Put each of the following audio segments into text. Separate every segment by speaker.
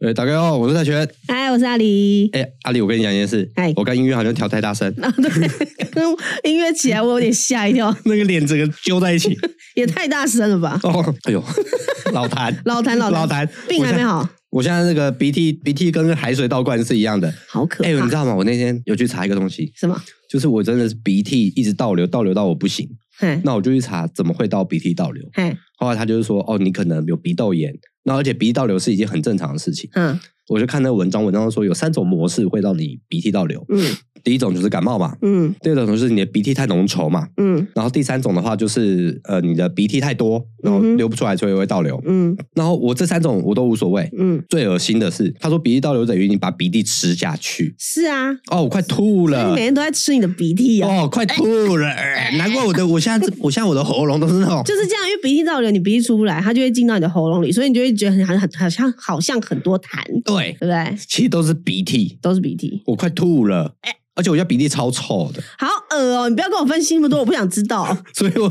Speaker 1: 呃，大家好，我是泰拳。
Speaker 2: 嗨，我是阿狸。
Speaker 1: 哎、阿丽，我跟你讲一件事
Speaker 2: 哎，
Speaker 1: 我刚音乐好像调太大声，
Speaker 2: 啊，对，刚刚音乐起来，我有点吓一跳，
Speaker 1: 那个脸整个揪在一起。
Speaker 2: 也太大声了吧！
Speaker 1: 哦，哎呦， 老谭，
Speaker 2: 老谭，老
Speaker 1: 老
Speaker 2: 谭，
Speaker 1: 谭，
Speaker 2: 病还没好，
Speaker 1: 我现在。我现在那个鼻涕鼻涕跟海水倒灌是一样的。
Speaker 2: 好可
Speaker 1: 哎、
Speaker 2: 怕！
Speaker 1: 你知道吗？我那天有去查一个东西，
Speaker 2: 什么？
Speaker 1: 就是我真的是鼻涕一直倒流，倒流到我不行。
Speaker 2: 嘿，
Speaker 1: 那我就去查怎么会到鼻涕倒流。
Speaker 2: 嘿，
Speaker 1: 后来他就是说，哦，你可能有鼻窦炎，那而且鼻涕倒流是一件很正常的事情。
Speaker 2: 嗯
Speaker 1: 我就看那个文章，文章说有三种模式会让你鼻涕倒流，
Speaker 2: 嗯
Speaker 1: 第一种就是感冒嘛，
Speaker 2: 嗯
Speaker 1: 第二种就是你的鼻涕太浓稠嘛，
Speaker 2: 嗯
Speaker 1: 然后第三种的话就是呃你的鼻涕太多，然后
Speaker 2: 嗯哼
Speaker 1: 流不出来，所以会倒流。
Speaker 2: 嗯
Speaker 1: 然后我这三种我都无所谓。
Speaker 2: 嗯，
Speaker 1: 最恶心的是，他说鼻涕倒流等于你把鼻涕吃下去，
Speaker 2: 是啊，
Speaker 1: 哦，我快吐
Speaker 2: 你
Speaker 1: 了
Speaker 2: 每。天都在吃你的鼻涕啊，
Speaker 1: 哦，快吐 了！哎难怪我的，我现在这我现在我的喉咙都是那种
Speaker 2: 就是这样，因为鼻涕倒流，你鼻涕出不来，它就会进到你的喉咙里，所以你就会觉得很很很好像好像很多痰，
Speaker 1: 对
Speaker 2: 对，不对？
Speaker 1: 其实都是鼻涕，
Speaker 2: 都是鼻涕，
Speaker 1: 我快吐 了，而且我家鼻涕超臭的，
Speaker 2: 好恶哦！你不要跟我分析那么多，我不想知道。
Speaker 1: 所以我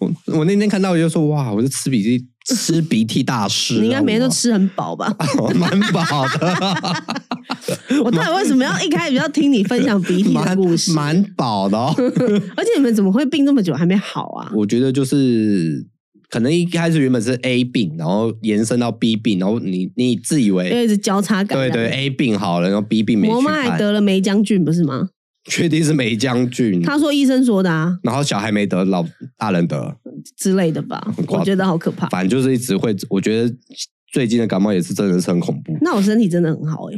Speaker 1: 我我那天看到我就说哇，我是吃鼻涕吃鼻涕大师啊，
Speaker 2: 你应该每天都
Speaker 1: 我
Speaker 2: 吃很饱吧？
Speaker 1: 哦 蛮饱的，
Speaker 2: 我到底为什么要一开始要听你分享 鼻涕的
Speaker 1: 蛮
Speaker 2: 故事？
Speaker 1: 蛮饱 的哦。
Speaker 2: 而且你们怎么会病这么久还没好啊？
Speaker 1: 我觉得就是可能一开始原本是 A 病，然后延伸到 B 病，然后你你自以
Speaker 2: 因
Speaker 1: 为
Speaker 2: 为一直交叉感
Speaker 1: 对
Speaker 2: 染。
Speaker 1: 对 A 病好了，然后 B 病没
Speaker 2: 我
Speaker 1: 去
Speaker 2: 妈还
Speaker 1: 看，
Speaker 2: 得了梅将军不是吗？
Speaker 1: 确定是梅将军，
Speaker 2: 她说医生说的啊
Speaker 1: 然后小孩没得，老大人得，
Speaker 2: 之类 的吧，
Speaker 1: 夸
Speaker 2: 我觉得好可怕。
Speaker 1: 反正就是一直会，我觉得最近的感冒也是真的是很恐怖。
Speaker 2: 那我身体真的很好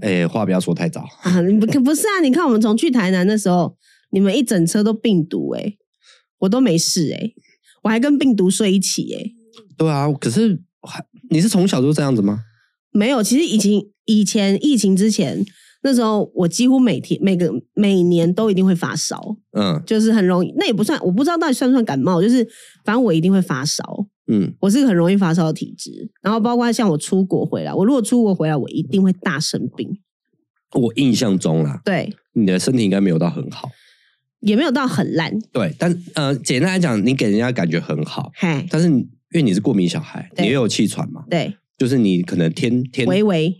Speaker 2: 哎、
Speaker 1: 哎，话不要说太早，
Speaker 2: 啊，你不不是啊？你看我们从去台南的时候，你们一整车都病毒哎、我都没事哎、我还跟病毒睡一起哎、
Speaker 1: 对啊，可是还你是从小就这样子吗？
Speaker 2: 没有，其实以前以前疫情之前，那时候我几乎每天每个每年都一定会发烧，
Speaker 1: 嗯
Speaker 2: 就是很容易，那也不算，我不知道到底算不算感冒，就是反正我一定会发烧，
Speaker 1: 嗯，
Speaker 2: 我是个很容易发烧的体质。然后包括像我出国回来，我如果出国回来，我一定会大生病，
Speaker 1: 我印象中啦，
Speaker 2: 对，
Speaker 1: 你的身体应该没有到很好，
Speaker 2: 也没有到很烂，
Speaker 1: 对，但呃，简单来讲，你给人家感觉很好，
Speaker 2: 嗨，
Speaker 1: 但是你因为你是过敏小孩，
Speaker 2: 对
Speaker 1: 你也有气喘嘛，
Speaker 2: 对，
Speaker 1: 就是你可能天天
Speaker 2: 微微，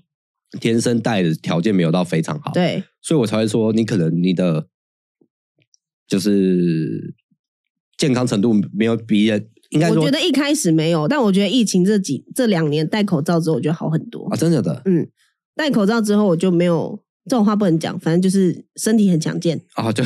Speaker 1: 天生带的条件没有到非常好，，
Speaker 2: 对，
Speaker 1: 所以我才会说你可能你的就是健康程度没有别人，应该
Speaker 2: 我
Speaker 1: 说
Speaker 2: 觉得一开始没有，但我觉得疫情这几这两年戴口罩之后，我觉得好很多
Speaker 1: 啊，。真的的
Speaker 2: 嗯，戴口罩之后我就没有这种话不能讲，反正就是身体很强 健，
Speaker 1: 啊， 对，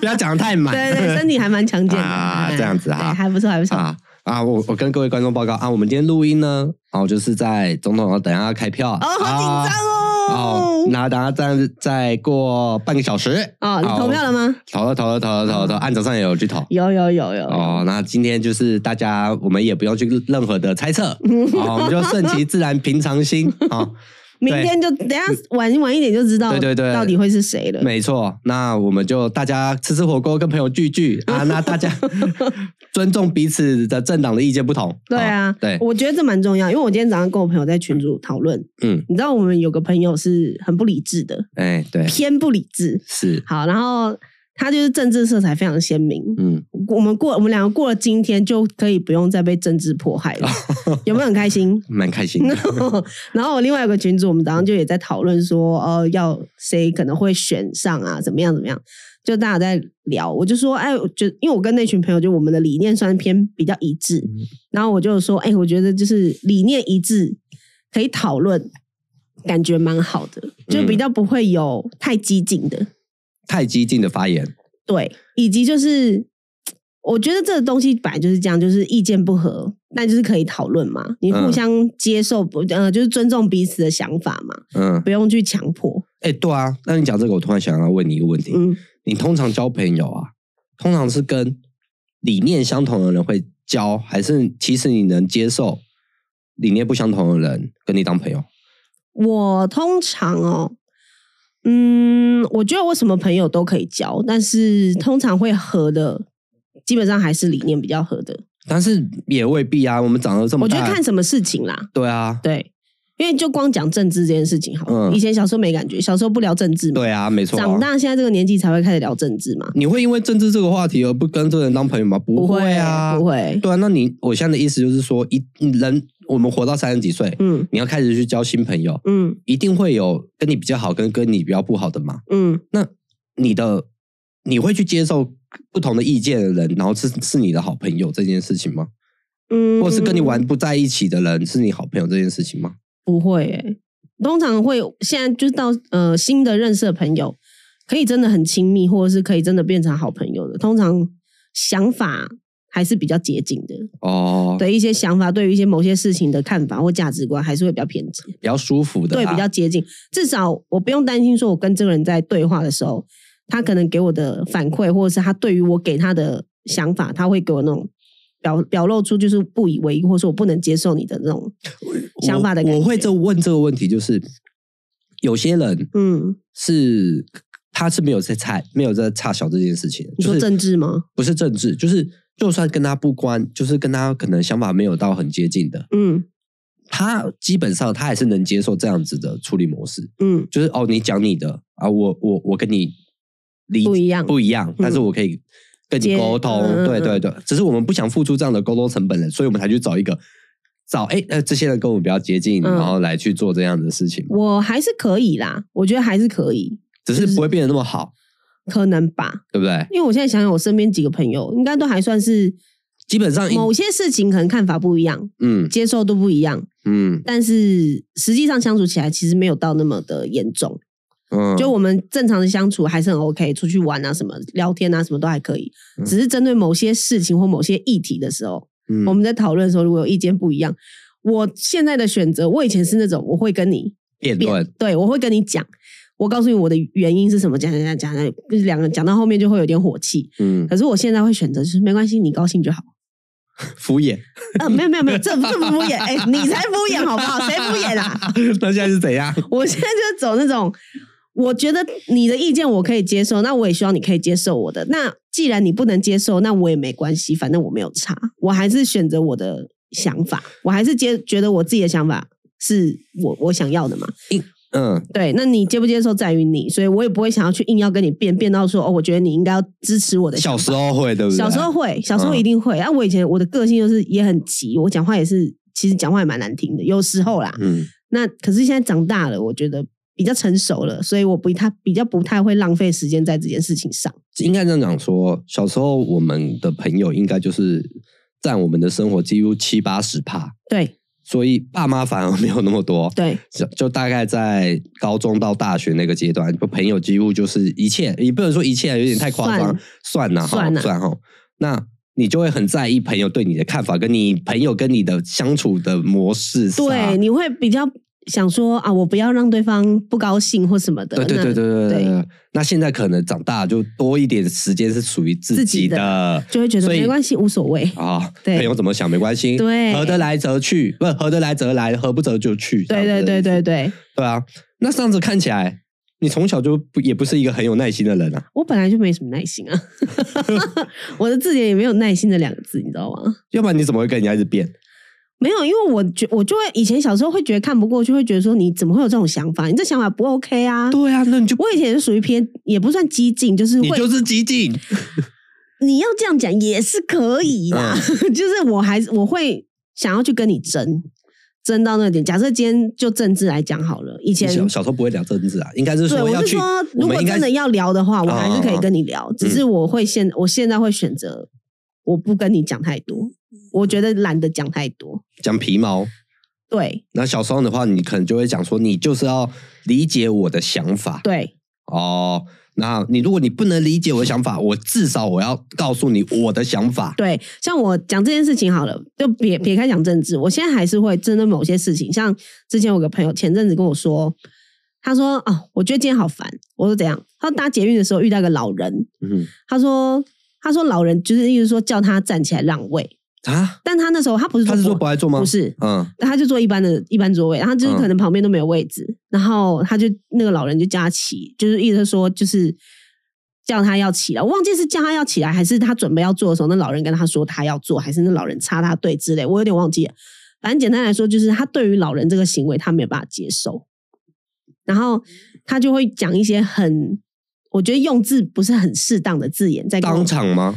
Speaker 1: 不要讲得太满，
Speaker 2: 对对，身体还蛮强健的
Speaker 1: 啊这样子哈
Speaker 2: 哎还不错，还不错。
Speaker 1: 啊啊，我我跟各位观众报告啊，我们今天录音呢，然、后就是在总统等一下要开票，
Speaker 2: 哦，好紧张
Speaker 1: 哦
Speaker 2: 哦，！
Speaker 1: 那大家这样子再过半个小时
Speaker 2: 哦，你投票了？吗？
Speaker 1: 投了，投了，投了，投了，投了，案场上也有去投。
Speaker 2: 有有有有
Speaker 1: 哦，那今天就是大家，我们也不用去任何的猜 测，哦，我们就顺其自然，平常心啊、哦。
Speaker 2: 明天就等一下晚晚一点就知道，
Speaker 1: 对对对
Speaker 2: 到底会是谁了。
Speaker 1: 没错，那我们就大家吃吃火锅，跟朋友聚聚啊。那大家尊重彼此的政党的意见不同。
Speaker 2: 对啊
Speaker 1: 哦，对，
Speaker 2: 我觉得这蛮重要，因为我今天早上跟我朋友在群组讨论，
Speaker 1: 嗯，
Speaker 2: 你知道我们有个朋友是很不理智的，
Speaker 1: 哎，对，
Speaker 2: 偏不理智。
Speaker 1: 是，
Speaker 2: 好，然后他就是政治色彩非常鲜明，
Speaker 1: 嗯，
Speaker 2: 我们过我们两个过了今天就可以不用再被政治 迫害了，有没有很开心？
Speaker 1: 蛮开心 的。
Speaker 2: 然后我另外一个群组，我们早上就也在讨论说，呃，要谁可能会选上啊，怎么样怎么样，就大家在聊。我就说，哎，我觉因为我跟那群朋友，就我们的理念算偏比较一致，然后我就说，哎，我觉得就是理念一致可以讨论，感觉蛮好的，就比较不会有太激进的，
Speaker 1: 太激进的发言，
Speaker 2: 对，以及就是。我觉得这个东西本来就是这样，就是意见不合，那就是可以讨论嘛。你互
Speaker 1: 嗯
Speaker 2: 相接受不、呃，就是尊重彼此的想法嘛。
Speaker 1: 嗯，
Speaker 2: 不用去强迫。
Speaker 1: 哎，对啊。那你讲这个，我突然想要问你一个问题：
Speaker 2: 嗯，
Speaker 1: 你通常交朋友啊，通常是跟理念相同的人会交，还是其实你能接受理念不相同的人跟你当朋友？
Speaker 2: 我通常哦，嗯，我觉得我什么朋友都可以交，但是通常会合的，基本上还是理念比较合的。
Speaker 1: 但是也未必啊，我们长得这么
Speaker 2: 我
Speaker 1: 大，
Speaker 2: 觉得看什么事情啦，
Speaker 1: 对啊，
Speaker 2: 对。因为就光讲政治这件事情好了，
Speaker 1: 嗯
Speaker 2: 以前小时候没感觉，小时候不聊政治嘛，
Speaker 1: 对啊，没错啊、
Speaker 2: 长大现在这个年纪才会开始聊政治嘛，
Speaker 1: 你会因为政治这个话题而不跟这个人当朋友吗？不会啊，
Speaker 2: 不会，
Speaker 1: 对啊，那你我现在的意思就是说，一人我们活到三十几岁，
Speaker 2: 嗯
Speaker 1: 你要开始去交新朋友，
Speaker 2: 嗯
Speaker 1: 一定会有跟你比较好跟跟你比较不好的嘛。
Speaker 2: 嗯，
Speaker 1: 那你的你会去接受不同的意见的人，然后是是你的好朋友这件事情吗？
Speaker 2: 嗯，
Speaker 1: 或者是跟你玩不在一起的人是你好朋友这件事情吗？
Speaker 2: 不会、欸，通常会现在就到呃新的认识的朋友，可以真的很亲密，或者是可以真的变成好朋友的，通常想法还是比较接近的，
Speaker 1: 哦，，
Speaker 2: 对一些想法，对于一些某些事情的看法或价值观，还是会比较偏激，
Speaker 1: 比较舒服的啦，
Speaker 2: 对，比较接近。至少我不用担心说我跟这个人在对话的时候，他可能给我的反馈，或者是他对于我给他的想法，他会给我那种。表表露出就是不以为意，或者说我不能接受你的那种想法的感
Speaker 1: 我。
Speaker 2: 觉。
Speaker 1: 我会这问这个问题，就是有些人
Speaker 2: 嗯，
Speaker 1: 是他是没有在差没有在差小这件事情的，
Speaker 2: 你
Speaker 1: 就
Speaker 2: 说
Speaker 1: 是
Speaker 2: 政治吗？
Speaker 1: 不是政治，就是就算跟他不关，就是跟他可能想法没有到很接近的，
Speaker 2: 嗯
Speaker 1: 他基本上他还是能接受这样子的处理模式，
Speaker 2: 嗯
Speaker 1: 就是哦，你讲你的啊，我我我跟你理
Speaker 2: 不一样嗯
Speaker 1: 不一样，但是我可以。跟你
Speaker 2: 接
Speaker 1: 沟通，
Speaker 2: 嗯嗯
Speaker 1: 对对
Speaker 2: 嗯
Speaker 1: 对，只是我们不想付出这样的沟通成本了，所以我们才去找一个找哎呃这些人跟我们比较接近，
Speaker 2: 嗯
Speaker 1: 然后来去做这样的事情，
Speaker 2: 我还是可以啦，我觉得还是可以，
Speaker 1: 只是不会变得那么好，
Speaker 2: 可能吧。
Speaker 1: 对不对？
Speaker 2: 因为我现在想想，我身边几个朋友应该都还算是
Speaker 1: 基本上一，
Speaker 2: 某些事情可能看法不一样，
Speaker 1: 嗯
Speaker 2: 接受度不一样，
Speaker 1: 嗯
Speaker 2: 但是实际上相处起来其实没有到那么的严重。
Speaker 1: 嗯，
Speaker 2: 就我们正常的相处还是很 OK，出去玩啊什么聊天啊什么都还可以，
Speaker 1: 嗯
Speaker 2: 只是针对某些事情或某些议题的时候，
Speaker 1: 嗯
Speaker 2: 我们在讨论的时候如果有意见不一样，我现在的选择，我以前是那种我会跟你
Speaker 1: 辩
Speaker 2: 辩
Speaker 1: 论，
Speaker 2: 对，我会跟你讲，我告诉你我的原因是什么，讲讲讲讲讲，就是两个人讲到后面就会有点火气。
Speaker 1: 嗯，
Speaker 2: 可是我现在会选择，就是没关系，你高兴就好。
Speaker 1: 敷衍，
Speaker 2: 呃，没有没有没有，这这不敷衍，哎、你才敷衍好不好？谁敷衍啊啦、
Speaker 1: 那现在是怎样？
Speaker 2: 我现在就是走那种，我觉得你的意见我可以接受，那我也希望你可以接受我的。那既然你不能接受，那我也没关系，反正我没有差，我还是选择我的想法，我还是接觉得我自己的想法是我我想要的嘛。
Speaker 1: 嗯，
Speaker 2: 对，那你接不接受在于你，所以我也不会想要去硬要跟你辩辩到说哦，我觉得你应该要支持我的想
Speaker 1: 小
Speaker 2: 法。
Speaker 1: 时候会，对不对？
Speaker 2: 小时候会，小时候
Speaker 1: 嗯
Speaker 2: 一定会。啊，我以前我的个性就是也很急，我讲话也是，其实讲话也蛮难听的，有时候啦。
Speaker 1: 嗯，
Speaker 2: 那可是现在长大了，我觉得比较成熟了，所以我不太比较不太会浪费时间在这件事情上。
Speaker 1: 应该这样讲说，小时候我们的朋友应该就是占我们的生活几乎七八十趴，
Speaker 2: 对
Speaker 1: 所以爸妈反而没有那么多。
Speaker 2: 对，
Speaker 1: 就就大概在高中到大学那个阶段，就朋友几乎就是一切，也不能说一切，啊有点太夸张，算了哈
Speaker 2: 算，啊
Speaker 1: 算哈。那你就会很在意朋友对你的看法，跟你朋友跟你的相处的模式啊是吧。
Speaker 2: 对，你会比较想说啊，我不要让对方不高兴或什么的。
Speaker 1: 对对
Speaker 2: 那
Speaker 1: 对对对对
Speaker 2: 对
Speaker 1: 对。那现在可能长大就多一点时间是属于自
Speaker 2: 自
Speaker 1: 己
Speaker 2: 己的
Speaker 1: 的，
Speaker 2: 就会觉得
Speaker 1: 所以
Speaker 2: 没关系，无所谓。
Speaker 1: 啊，
Speaker 2: 对
Speaker 1: 朋友怎么想没关系，
Speaker 2: 对
Speaker 1: 合得来则去，不合得来则来，合不则就去。
Speaker 2: 对
Speaker 1: 这样
Speaker 2: 对
Speaker 1: 子的意
Speaker 2: 对
Speaker 1: 思
Speaker 2: 对对，
Speaker 1: 对啊！那这样子看起来，你从小就不也不是一个很有耐心的人啊。
Speaker 2: 我本来就没什么耐心 啊，我的字典也没有耐心的两个字，你知道吗？
Speaker 1: 要不然你怎么会跟人家一直变？
Speaker 2: 没有，因为我觉我就会以前小时候会觉得看不过去，会觉得说你怎么会有这种想法？你这想法不 OK 啊！
Speaker 1: 对啊，那你就
Speaker 2: 我以前也是属于偏，也不算激进，就是
Speaker 1: 你
Speaker 2: 会
Speaker 1: 就是激进，
Speaker 2: 你要这样讲也是可以啦，
Speaker 1: 嗯
Speaker 2: 就是我还是我会想要去跟你争，争到那个点。假设今天就政治来讲好了，以前
Speaker 1: 你小小时候不会聊政治啊，应该是
Speaker 2: 对
Speaker 1: 说
Speaker 2: 我
Speaker 1: 要
Speaker 2: 是
Speaker 1: 去
Speaker 2: 说，，如
Speaker 1: 我
Speaker 2: 果
Speaker 1: 们应该哦嗯
Speaker 2: 真的要聊的话，我还是可以跟你聊，只是我会现我现在会选择我不跟你讲太多，我觉得懒得讲太多。
Speaker 1: 讲皮毛。
Speaker 2: 对
Speaker 1: 那小时候的话，你可能就会讲说，你就是要理解我的想法，
Speaker 2: 对
Speaker 1: 哦，那你如果你不能理解我的想法，我至少我要告诉你我的想法。
Speaker 2: 对，像我讲这件事情好了，就别撇开讲政治，我现在还是会针对某些事情，像之前有个朋友前阵子跟我说。他说：“哦，我觉得今天好烦。”我说：“怎样？”他说：“搭捷运的时候遇到一个老人，
Speaker 1: 嗯
Speaker 2: 他说，他说老人就是意思说叫他站起来让位，
Speaker 1: 啊，
Speaker 2: 但他那时候他不是
Speaker 1: 他是说不
Speaker 2: 不
Speaker 1: 爱做吗？
Speaker 2: 不，是，
Speaker 1: 嗯
Speaker 2: 他就坐一般的一般座位，然后就是可能旁边都没有位置，然后他就那个老人就叫他起，就是意思说就是叫他要起来，我忘记是叫他要起来，还是他准备要做的时候，那老人跟他说他要做，还是那老人插他队之类，我有点忘记了。反正简单来说，就是他对于老人这个行为，他没有办法接受，然后他就会讲一些很，我觉得用字不是很适当的字眼，在跟我
Speaker 1: 当场吗？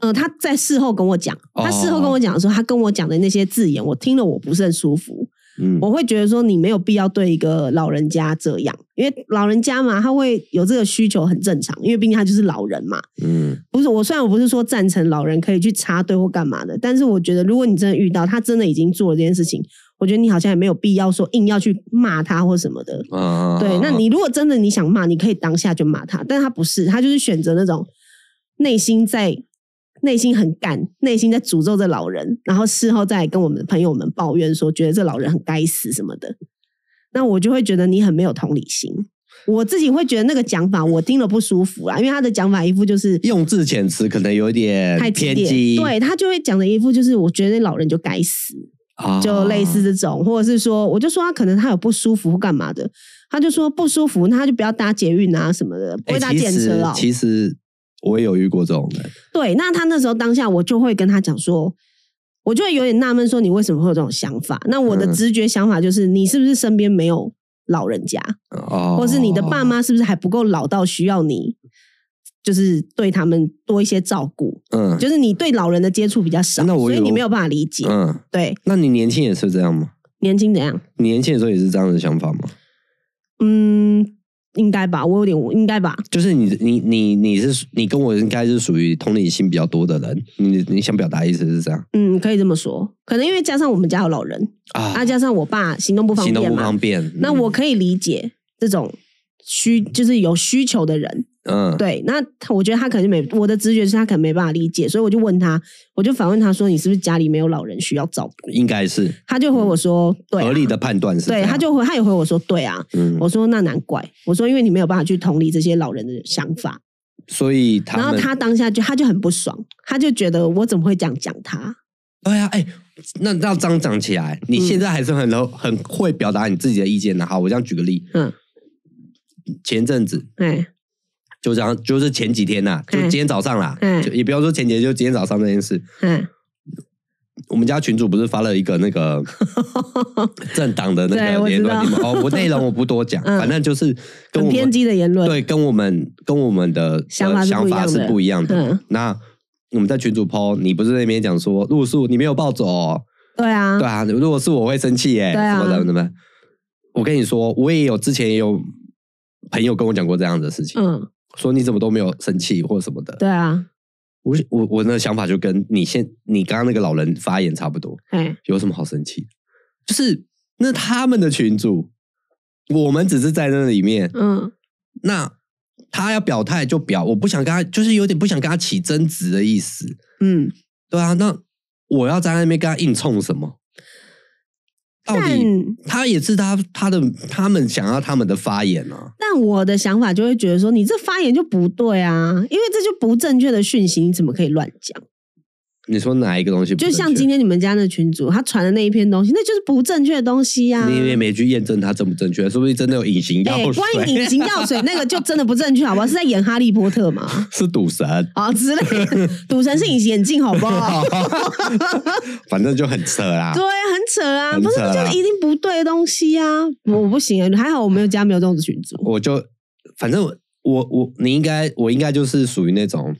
Speaker 2: 呃，他在事后跟我讲，
Speaker 1: 哦
Speaker 2: 他事后跟我讲的时候，他跟我讲的那些字眼，我听了我不是很舒服，
Speaker 1: 嗯，
Speaker 2: 我会觉得说你没有必要对一个老人家这样，因为老人家嘛，他会有这个需求很正常，因为毕竟他就是老人嘛。
Speaker 1: 嗯，
Speaker 2: 不是我，虽然我不是说赞成老人可以去插队或干嘛的，但是我觉得如果你真的遇到他真的已经做了这件事情，我觉得你好像也没有必要说硬要去骂他或什么的。
Speaker 1: 啊，
Speaker 2: 对，那你如果真的你想骂，你可以当下就骂他，但是他不是，他就是选择那种内心在内心很干，内心在诅咒这老人，然后事后再跟我们的朋友们抱怨说，觉得这老人很该死什么的。那我就会觉得你很没有同理心，我自己会觉得那个讲法我听了不舒服啊啦，因为他的讲法一副就是
Speaker 1: 用字遣词可能有一点
Speaker 2: 太激
Speaker 1: 偏
Speaker 2: 烈
Speaker 1: 激，
Speaker 2: 对他就会讲的一副就是我觉得那老人就该死，
Speaker 1: 啊，
Speaker 2: 就类似这种，或者是说，我就说他可能他有不舒服或干嘛的，他就说不舒服，那他就不要搭捷运啊什么的，不
Speaker 1: 哎。
Speaker 2: 会搭
Speaker 1: 其
Speaker 2: 电车
Speaker 1: 实
Speaker 2: 哦。
Speaker 1: 其实我也有遇过这种人，
Speaker 2: 对，那他那时候当下我就会跟他讲说，我就会有点纳闷说你为什么会有这种想法？那我的
Speaker 1: 嗯
Speaker 2: 直觉想法就是你是不是身边没有老人家，
Speaker 1: 哦，
Speaker 2: 或是你的爸妈是不是还不够老到需要你？就是对他们多一些照顾，
Speaker 1: 嗯，
Speaker 2: 就是你对老人的接触比较少，
Speaker 1: 那我
Speaker 2: 所以
Speaker 1: 有
Speaker 2: 你没有办法理解。
Speaker 1: 嗯，
Speaker 2: 对，
Speaker 1: 那你年轻也是这样吗？
Speaker 2: 年轻怎样？
Speaker 1: 你年轻的时候也是这样的想法吗？
Speaker 2: 嗯，应该吧，我有点应该吧。
Speaker 1: 就是你你你你是你跟我应该是属于同理心比较多的人，你你想表达意思是这样
Speaker 2: 嗯，可以这么说。可能因为加上我们家有老人，
Speaker 1: 啊
Speaker 2: 啊，加上我爸行动不方
Speaker 1: 行动
Speaker 2: 便
Speaker 1: 不
Speaker 2: 嘛，
Speaker 1: 方便。
Speaker 2: 那我可以理解这种需就是有需求的人。
Speaker 1: 嗯，
Speaker 2: 对，那他我觉得他可能就没我的直觉是他可能没办法理解，所以我就问他，我就反问他说：“你是不是家里没有老人需要照顾
Speaker 1: 应该是？”
Speaker 2: 他就回我说：“对啊、
Speaker 1: 合理的判断是这
Speaker 2: 对，
Speaker 1: 样。
Speaker 2: 他就回他也回我说：“对啊。”
Speaker 1: 嗯，
Speaker 2: 我说：“那难怪。”我说：“因为你没有办法去同理这些老人的想法。”
Speaker 1: 所以他
Speaker 2: 然后
Speaker 1: 们
Speaker 2: 他当下就他就很不爽，他就觉得我怎么会这样讲他？
Speaker 1: 对啊，哎、那那这样讲起来，你
Speaker 2: 嗯
Speaker 1: 现在还是很柔很会表达你自己的意见的。好，我这样举个例，
Speaker 2: 嗯，
Speaker 1: 前阵子
Speaker 2: 哎，
Speaker 1: 就这样，就是前几天啊呐、就
Speaker 2: 嗯
Speaker 1: 今天早上啦，
Speaker 2: 嗯
Speaker 1: 就也不要说前几天，就今天早上这件事，
Speaker 2: 哎，
Speaker 1: 我们家群主不是发了一个那 个政党的那
Speaker 2: 对
Speaker 1: 个
Speaker 2: 我
Speaker 1: 言
Speaker 2: 知
Speaker 1: 论
Speaker 2: 道
Speaker 1: 里面，哦，我内容我不多讲，
Speaker 2: 嗯
Speaker 1: 反正就是跟
Speaker 2: 很
Speaker 1: 我
Speaker 2: 偏
Speaker 1: 们
Speaker 2: 激的言论，
Speaker 1: 对跟我们跟我们的
Speaker 2: 想
Speaker 1: 呃
Speaker 2: 法是不
Speaker 1: 想
Speaker 2: 一
Speaker 1: 法
Speaker 2: 样
Speaker 1: 是
Speaker 2: 的
Speaker 1: 不一样的
Speaker 2: 嗯。
Speaker 1: 那我们在群主 PO，你不是那边讲说露宿你没有暴走哦，
Speaker 2: 对啊，
Speaker 1: 对啊，如果是我会生气耶，
Speaker 2: 对啊
Speaker 1: 什么的，怎么的？我跟你说，我也有之前也有朋友跟我讲过这样的事情，
Speaker 2: 嗯，
Speaker 1: 说你怎么都没有生气或什么的。
Speaker 2: 对啊，
Speaker 1: 我是我我那个想法就跟你现你刚刚那个老人发言差不多，
Speaker 2: 哎，
Speaker 1: 有什么好生气？就是那他们的群主，我们只是在那里面，
Speaker 2: 嗯，
Speaker 1: 那他要表态就表，我不想跟他，就是有点不想跟他起争执的意思，
Speaker 2: 嗯，
Speaker 1: 对啊，那我要在那边跟他硬冲什么？到
Speaker 2: 但
Speaker 1: 底他也是他他的他们想要他们的发言啊，
Speaker 2: 但我的想法就会觉得说，你这发言就不对啊，因为这就不正确的讯息，你怎么可以乱讲？
Speaker 1: 你说哪一个东西不
Speaker 2: 就
Speaker 1: 正确？
Speaker 2: 像今天你们家那群主他传的那一篇东西，那就是不正确的东西呀、啊。
Speaker 1: 你也没去验证它正不正确，说不定真的有隐形药
Speaker 2: 哎，
Speaker 1: 水，
Speaker 2: 关于隐形药水那个就真的不正确，好不好？是在演哈利波特嘛？
Speaker 1: 是赌神，
Speaker 2: 啊之类的， 赌神是隐形眼镜，好不好？
Speaker 1: 反正就很扯啦
Speaker 2: 对。啊，很扯啊，
Speaker 1: 很
Speaker 2: 不是
Speaker 1: 扯啊
Speaker 2: 就是一定不对的东西啊！我我不行啊，还好我没有加没有这种群组，
Speaker 1: 我就反正我我我你应该我应该就是属于那种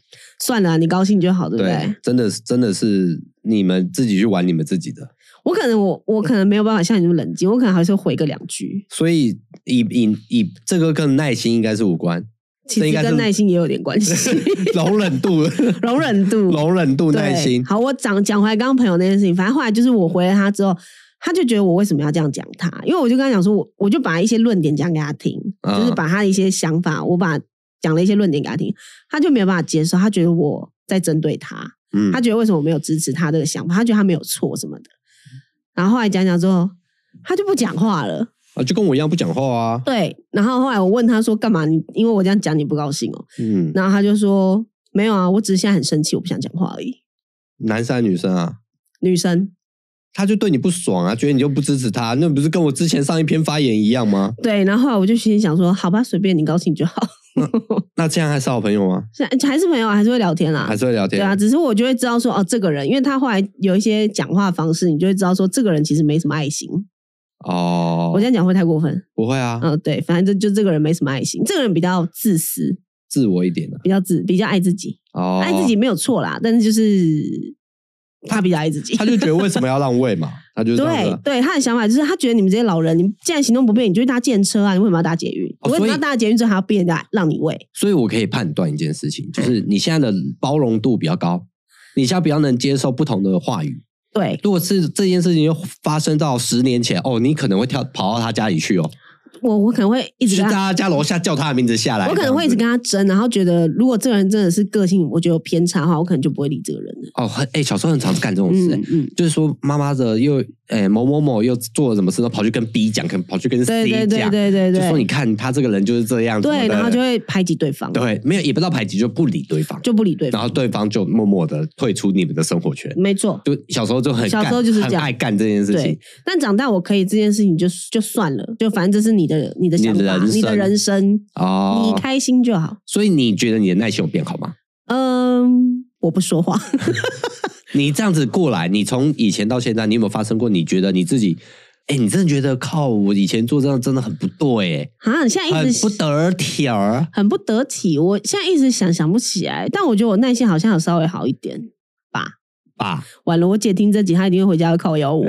Speaker 2: 算了啊、你高兴就好，对不对？
Speaker 1: 对，真的是真的是你们自己去玩你们自己的。
Speaker 2: 我可能我我可能没有办法像你那么冷静，我可能还是会回个两句，
Speaker 1: 所以以以以这个跟耐心应该是无 关，
Speaker 2: 其
Speaker 1: 这
Speaker 2: 实
Speaker 1: 应该是
Speaker 2: 跟耐心也有点关 系，
Speaker 1: 容忍度
Speaker 2: 容忍度，
Speaker 1: 容忍度
Speaker 2: 嗯对
Speaker 1: 耐心，
Speaker 2: 好，我讲讲回来刚刚朋友那件事情，反正后来就是我回了他之后。他就觉得我为什么要这样讲他？因为我就跟他讲说，我我就把一些论点讲给他听，
Speaker 1: 啊
Speaker 2: 就是把他的一些想法，我把讲了一些论点给他听，他就没有办法接受，他觉得我在针对他。
Speaker 1: 嗯
Speaker 2: 他觉得为什么我没有支持他这个想法？他觉得他没有错什么的。然后后来讲讲之后，他就不讲话了。
Speaker 1: 啊，就跟我一样不讲话啊，
Speaker 2: 对，然后后来我问他说干嘛你？因为我这样讲你不高兴哦、
Speaker 1: 嗯，
Speaker 2: 然后他就说没有啊，我只是现在很生气，我不想讲话而已。
Speaker 1: 男生还是女生啊，
Speaker 2: 女生
Speaker 1: 他就对你不爽啊，觉得你就不支持他，那不是跟我之前上一篇发言一样吗？
Speaker 2: 嗯对，然后后来我就心里想说，好吧，随便你高兴就好。
Speaker 1: 那这样还是好朋友吗？
Speaker 2: 是还是朋友啊，还是会聊天啦、
Speaker 1: 还是会聊天？
Speaker 2: 对啊，只是我就会知道说，哦，这个人，因为他后来有一些讲话方式，你就会知道说，这个人其实没什么爱心。
Speaker 1: 哦
Speaker 2: 我这，样讲会太过分，
Speaker 1: 不会啊，
Speaker 2: 嗯、对，反正就就这个人没什么爱心，这个人比较自私，
Speaker 1: 自我一点啊。
Speaker 2: 比较自，比较爱自己，
Speaker 1: 哦，
Speaker 2: 爱自己，没有错啦，但是就是他比较爱自己
Speaker 1: 他。就觉得为什么要让位 嘛？他就是这样子
Speaker 2: 对
Speaker 1: 啊
Speaker 2: 对，他的想法就是他觉得你们这些老人，你们既然行动不便，你就去搭电车啊，你为什么要搭捷运？
Speaker 1: 哦
Speaker 2: 你为什
Speaker 1: 所
Speaker 2: 么
Speaker 1: 以
Speaker 2: 要搭捷运之后还要逼人家让你喂？
Speaker 1: 所以我可以判断一件事情，就是你现在的包容度比较高，你现在比较能接受不同的话语。
Speaker 2: 对
Speaker 1: 如果是这件事情又发生到十年前，哦，你可能会跳跑到他家里去哦，
Speaker 2: 我，我可能会一直
Speaker 1: 去
Speaker 2: 跟
Speaker 1: 到
Speaker 2: 他
Speaker 1: 他家楼下叫他的名字下来。
Speaker 2: 我可能会一
Speaker 1: 这
Speaker 2: 直
Speaker 1: 样子
Speaker 2: 跟他争，然后觉得如果这个人真的是个性，我觉得有偏差的话，我可能就不会理这个人了。
Speaker 1: 哦，很哎、小时候很常干这种事、
Speaker 2: 嗯嗯，
Speaker 1: 就是说妈妈的又哎、某某某又做了什么事，都跑去跟 B 讲，可能跑去跟 C
Speaker 2: 对
Speaker 1: 讲，
Speaker 2: 对对对对
Speaker 1: 就说你
Speaker 2: 对，
Speaker 1: 看他这个人就是这样，
Speaker 2: 对，
Speaker 1: 什么的
Speaker 2: 然后就会排挤对方，
Speaker 1: 对，没有也不到排挤，就不理对方，
Speaker 2: 就不理对
Speaker 1: 然
Speaker 2: 方，
Speaker 1: 后对方就默默的退出你们的生活圈。
Speaker 2: 没错。
Speaker 1: 就小时候就很
Speaker 2: 小
Speaker 1: 干
Speaker 2: 时候就是这
Speaker 1: 很
Speaker 2: 样
Speaker 1: 爱干这件事情
Speaker 2: 对，但长大我可以这件事情就就算了，就反正这是你的你的想法，
Speaker 1: 你的人生
Speaker 2: 你的人生，
Speaker 1: 哦
Speaker 2: 你。开心就好。
Speaker 1: 所以你觉得你的耐心有变好吗？
Speaker 2: 嗯，我不说话，
Speaker 1: 你这样子过来，你从以前到现在，你有没有发生过？你觉得你自己，哎、你真的觉得靠我以前做这样真的很不对、
Speaker 2: 啊，现在
Speaker 1: 哎，很
Speaker 2: 一
Speaker 1: 不
Speaker 2: 直
Speaker 1: 得体儿。
Speaker 2: 很不得体，我现在一直想想不起来，但我觉得我耐心好像有稍微好一点。
Speaker 1: 吧，
Speaker 2: 完了，我姐听这集，她一定会回家会靠 腰我。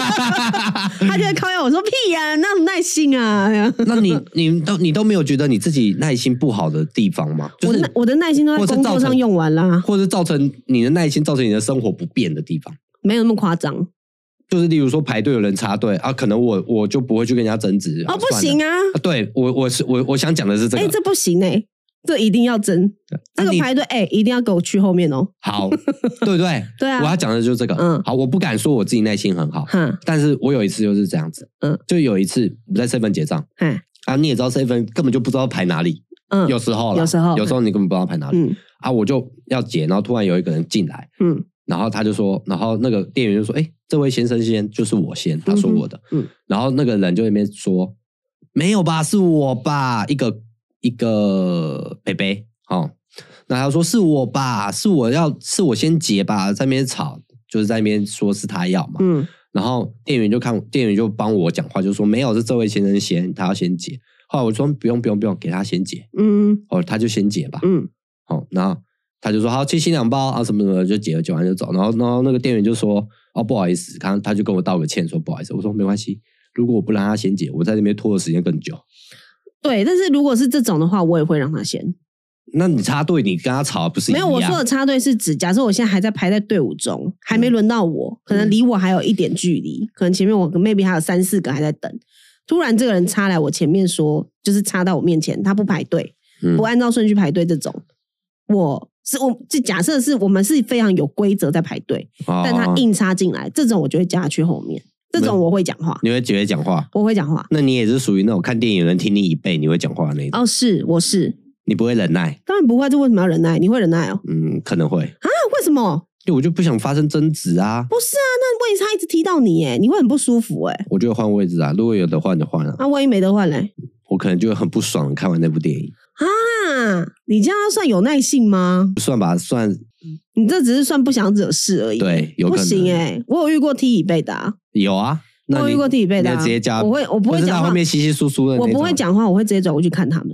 Speaker 2: 他就会靠腰我说屁呀、那有耐心啊！哎呀
Speaker 1: 那 你你都你都没有觉得你自己耐心不好的地方吗？就
Speaker 2: 我
Speaker 1: 是
Speaker 2: 的耐我的耐心都在
Speaker 1: 或是
Speaker 2: 工作
Speaker 1: 造成
Speaker 2: 上用完啦，
Speaker 1: 或是造成你的耐心造成你的生活不便的地方，
Speaker 2: 没有那么夸张
Speaker 1: 就是例如说排队有人插队啊，可能我我就不会去跟人家争执
Speaker 2: 哦，不行
Speaker 1: 啊算
Speaker 2: 啊！
Speaker 1: 了，啊对我我是我我想讲的是这
Speaker 2: 哎、
Speaker 1: 个，
Speaker 2: 这不行哎、这一定要争，这
Speaker 1: 啊
Speaker 2: 个
Speaker 1: 你
Speaker 2: 排队哎、一定要给我去后面哦。
Speaker 1: 好，对不对？
Speaker 2: 对啊
Speaker 1: 我要讲的就是这个。
Speaker 2: 嗯
Speaker 1: 好，我不敢说我自己耐心很好，
Speaker 2: 哈，
Speaker 1: 但是我有一次就是这样子，
Speaker 2: 嗯
Speaker 1: 嗯，就有一次我在 seven 结账
Speaker 2: 哎，
Speaker 1: 啊，你也知道 seven 根本就不知道排哪里，
Speaker 2: 嗯，
Speaker 1: 有时候啦
Speaker 2: 有时候
Speaker 1: 有时候你根本不知道排哪里、
Speaker 2: 嗯
Speaker 1: 啊，我就要结，然后突然有一个人进来，
Speaker 2: 嗯
Speaker 1: 然后他就说，然后那个店员就说，哎，这位先生先就是我先，他说我的，
Speaker 2: 嗯
Speaker 1: 然后那个人就在那边说，没有吧，是我吧，一个一个北北，哦，那他说是我吧，是我要是我先结吧，在那边吵，就是在那边说是他要嘛，
Speaker 2: 嗯
Speaker 1: 然后店员就看店员就帮我讲话，就说没有是这位先生先，他要先结，后来我说不用不用不用，给他先结，
Speaker 2: 嗯
Speaker 1: 哦，他就先结吧，
Speaker 2: 嗯
Speaker 1: 哦，然后他就说好，七星两包啊，什么什么的，就结了，结完就走。然后，然后那个店员就说哦，不好意思，他他就跟我道个歉，说不好意思。我说没关系，如果我不让他先结，我在那边拖的时间更久。
Speaker 2: 对。但是如果是这种的话，我也会让他先。
Speaker 1: 那你插队，你跟他吵不是一
Speaker 2: 没有，
Speaker 1: 样？
Speaker 2: 我说的插队是指，假设我现在还在排在队伍中，还没轮到我，可能离我还有一点距离，可能前面我 maybe 还有三四个还在等。突然这个人插来我前面说，就是插到我面前，他不排队，
Speaker 1: 嗯
Speaker 2: 不按照顺序排队这种，我是我就假设是我们是非常有规则在排队，
Speaker 1: 哦
Speaker 2: 但他硬插进来，这种我就会叫他去后面，这
Speaker 1: 没有
Speaker 2: 种我会讲话，
Speaker 1: 你会觉得讲话，
Speaker 2: 我会讲话。
Speaker 1: 那你也是属于那种看电影有人听你一倍，你会讲话的那种，
Speaker 2: 哦，是，我是，
Speaker 1: 你不会忍耐。
Speaker 2: 当然不会，这为什么要忍耐？你会忍耐哦？
Speaker 1: 嗯，可能会，
Speaker 2: 那为什么？
Speaker 1: 因为我就不想发生争执啊，
Speaker 2: 不是啊，那万一他一直踢到你，哎，你会很不舒服，哎。
Speaker 1: 我就会换位置啊。如果有的换就换啊，
Speaker 2: 那、万一没得换嘞？
Speaker 1: 我可能就会很不爽。看完那部电影，
Speaker 2: 啊，你这样算有耐性吗？
Speaker 1: 算吧，算
Speaker 2: 你这只是算不想惹事而已。，
Speaker 1: 对，有
Speaker 2: 不
Speaker 1: 可能
Speaker 2: 行哎、我有遇过踢椅背的、啊，
Speaker 1: 有啊，那
Speaker 2: 我有
Speaker 1: 你
Speaker 2: 遇过踢椅背的、啊，
Speaker 1: 你直接加
Speaker 2: 我会，我不
Speaker 1: 或
Speaker 2: 会
Speaker 1: 是
Speaker 2: 讲
Speaker 1: 到
Speaker 2: 话
Speaker 1: 后，面稀稀疏疏的那
Speaker 2: 我
Speaker 1: 种，啊
Speaker 2: 不会。讲话，我会直接转过去看他们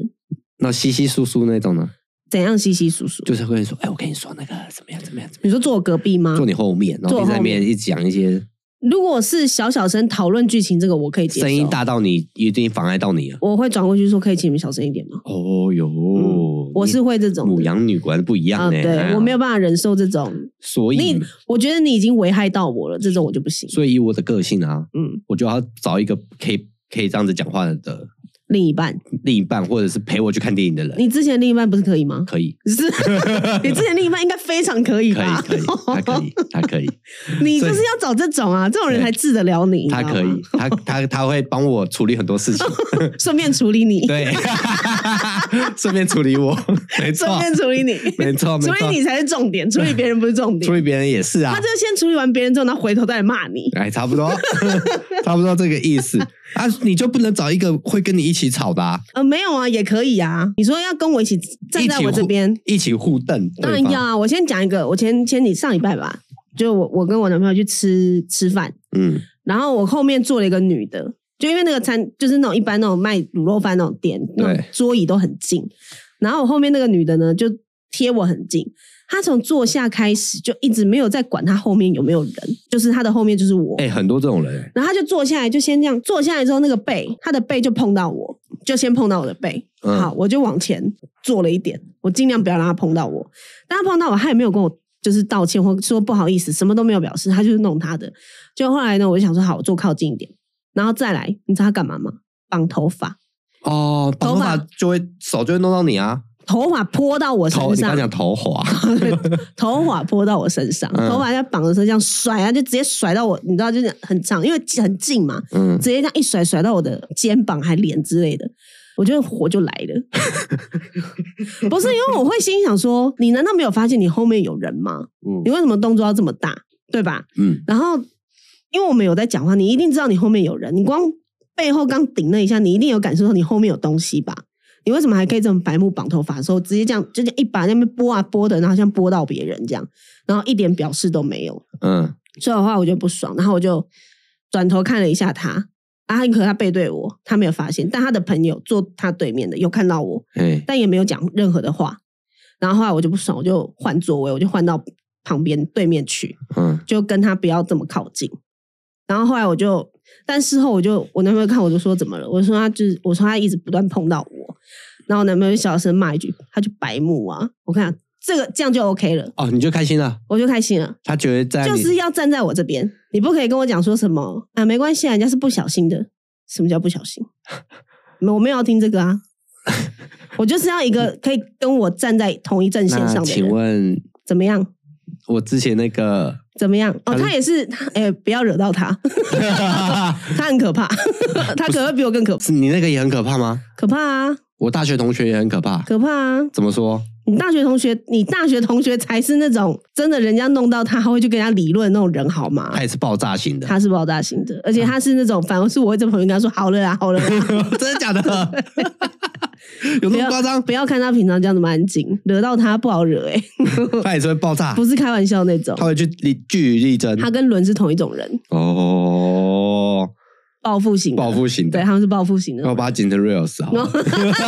Speaker 1: 那稀稀疏疏那种呢，
Speaker 2: 怎样稀稀疏疏。
Speaker 1: 就是会说，哎，我跟你说那个怎么样怎么样怎么
Speaker 2: 你说坐我隔壁吗
Speaker 1: 样，？坐你后面，然后
Speaker 2: 嗯坐
Speaker 1: 你在那
Speaker 2: 后面
Speaker 1: 边一直讲一些
Speaker 2: 如果是小小声讨论剧情，这个我可以接受。
Speaker 1: 声音，大到你一定妨碍到你啊了。
Speaker 2: 我会转过去说：“可以请你们小声一点吗
Speaker 1: 哦哟，
Speaker 2: 我是会这种的
Speaker 1: 母羊女果然不一？”样嗯
Speaker 2: 啊，
Speaker 1: 呢。哎
Speaker 2: 对
Speaker 1: 呀
Speaker 2: 我没有，办法忍受这种，
Speaker 1: 所以
Speaker 2: 你我觉得你已经危害到我了，这种我就不行。
Speaker 1: 所以以我的个性啊，
Speaker 2: 嗯，
Speaker 1: 我就要找一个可以可以这样子讲话的
Speaker 2: 另一半，
Speaker 1: 另一半，或者是陪我去看电影的人，
Speaker 2: 你之前另一半不是可以吗？
Speaker 1: 可以，
Speaker 2: 是，你之前另一半应该非常可以
Speaker 1: 可以
Speaker 2: 吧？，
Speaker 1: 可以，他可以，他可以。
Speaker 2: 你就是要找这种啊，这种人才治得了你。
Speaker 1: 他
Speaker 2: 你知
Speaker 1: 可
Speaker 2: 道吗
Speaker 1: 以，，他他他会帮我处理很多事情，
Speaker 2: 顺便处理你，
Speaker 1: 对， 顺便处理我，没
Speaker 2: 顺
Speaker 1: 错，
Speaker 2: 便处理你，
Speaker 1: 没错，没
Speaker 2: 处理你
Speaker 1: 错，
Speaker 2: 才是重点，处理别人不是重
Speaker 1: 处
Speaker 2: 点。
Speaker 1: 理别人也是啊
Speaker 2: 他，就先处理完别人之后，他回头再来骂你。
Speaker 1: 哎，差不多，差不多这个意思。啊，你就不能找一个会跟你一起吵的、啊，
Speaker 2: 呃，没有啊，也可以啊。你说要跟我一起站
Speaker 1: 一
Speaker 2: 在
Speaker 1: 起
Speaker 2: 我这
Speaker 1: 互
Speaker 2: 边，
Speaker 1: 一起互瞪对方。
Speaker 2: 当然要啊！我先讲一个，我前前几上礼拜吧，就我我跟我男朋友去吃吃饭，
Speaker 1: 嗯
Speaker 2: 然后我后面坐了一个女的，就因为那个餐就是那种一般那种卖卤肉饭那种店，那种
Speaker 1: 对
Speaker 2: 桌椅都很近，然后我后面那个女的呢就贴我很近，她从坐下开始就一直没有在管她后面有没有人，就是她的后面就是我，
Speaker 1: 哎、很多这种人、
Speaker 2: 然后她就坐下来，就先这样坐下来之后，那个背她的背就碰到我，就先碰到我的背，
Speaker 1: 嗯
Speaker 2: 好，我就往前坐了一点，我尽量不要让她碰到我，但她碰到我，她也没有跟我。就是道歉或说不好意思，什么都没有表示，她就是弄她的。就后来呢，我就想说好，我坐靠近一点，然后再来，你知道她干嘛吗？绑头发，
Speaker 1: 哦，绑
Speaker 2: 头
Speaker 1: 头
Speaker 2: 发
Speaker 1: 发就会手就会弄到你啊，
Speaker 2: 头发泼到我
Speaker 1: 头
Speaker 2: 身
Speaker 1: 你刚
Speaker 2: 上，
Speaker 1: 讲 头 滑，
Speaker 2: 头发泼到我身上，
Speaker 1: 嗯
Speaker 2: 头发在绑的时候这样甩啊，就直接甩到我，你知道就是很长，因为很近嘛，
Speaker 1: 嗯，
Speaker 2: 直接这样一甩甩到我的肩膀还脸之类的，我觉得火就来了。 不是因为我会心想说，你难道没有发现你后面有人吗？
Speaker 1: 嗯
Speaker 2: 你为什么动作要这么大，对吧？
Speaker 1: 嗯，
Speaker 2: 然后因为我们有在讲话，你一定知道你后面有人，你光背后刚顶了一下，你一定有感受到你后面有东西吧？你为什么还可以这么白目绑头发的时候，直接这样就这样一把在那边拨啊拨的，然后像拨到别人这样，然后一点表示都没有，
Speaker 1: 嗯
Speaker 2: 所以的话我就不爽，然后我就转头看了一下他，啊，可他背对我，他没有发现，但他的朋友坐他对面的有看到我，
Speaker 1: 哎
Speaker 2: 但也没有讲任何的话。然后后来我就不爽，我就换座位，我就换到旁边对面去，
Speaker 1: 嗯，
Speaker 2: 就跟他不要这么靠近。然后后来我就，但事后我就我男朋友看我就说怎么了？我说他就是我说他一直不断碰到我，然后我男朋友就小声骂一句，他就白目啊！我看这个这样就 OK 了，
Speaker 1: 哦，你就开心了，
Speaker 2: 我就开心了。
Speaker 1: 他觉得在
Speaker 2: 就
Speaker 1: 你
Speaker 2: 是要站在我这边，你不可以跟我讲说什么啊，没关系啊，人家是不小心的。什么叫不小心？没我没有要听这 个啊，我就是要一个可以跟我站在同一阵线
Speaker 1: 那
Speaker 2: 上的
Speaker 1: 请
Speaker 2: 人。
Speaker 1: 问
Speaker 2: 怎么样？
Speaker 1: 我之前那 个，
Speaker 2: 怎么样？哦，
Speaker 1: 他是
Speaker 2: 他也是，他哎、不要惹到他，他很 可怕，他可能会比我更可
Speaker 1: 是你那个也很可怕吗？
Speaker 2: 可怕啊，
Speaker 1: 我大学同学也很可怕，
Speaker 2: 可怕啊！
Speaker 1: 怎么说？
Speaker 2: 你大学同学，你大学同学才是那种真的，人家弄到他还会去跟人家理论的那种人，好吗？
Speaker 1: 他也是爆炸型的，
Speaker 2: 他是爆炸型的，而且他是那种，反而是我会在旁边跟他说：“好了啦，好了啦。”
Speaker 1: 真的假的？有那
Speaker 2: 不
Speaker 1: 么
Speaker 2: 要
Speaker 1: 夸张？
Speaker 2: 不要看他平常这样这么安静，惹到他不好惹哎、
Speaker 1: 他也是会爆炸
Speaker 2: 不，是开玩笑那种
Speaker 1: 他。会去力据理力争。
Speaker 2: 他跟伦是同一种人，
Speaker 1: 哦，
Speaker 2: 报复型的，
Speaker 1: 报复型
Speaker 2: 对
Speaker 1: 的，
Speaker 2: 他们是报复型的
Speaker 1: 那，我把他剪成 reels 好了，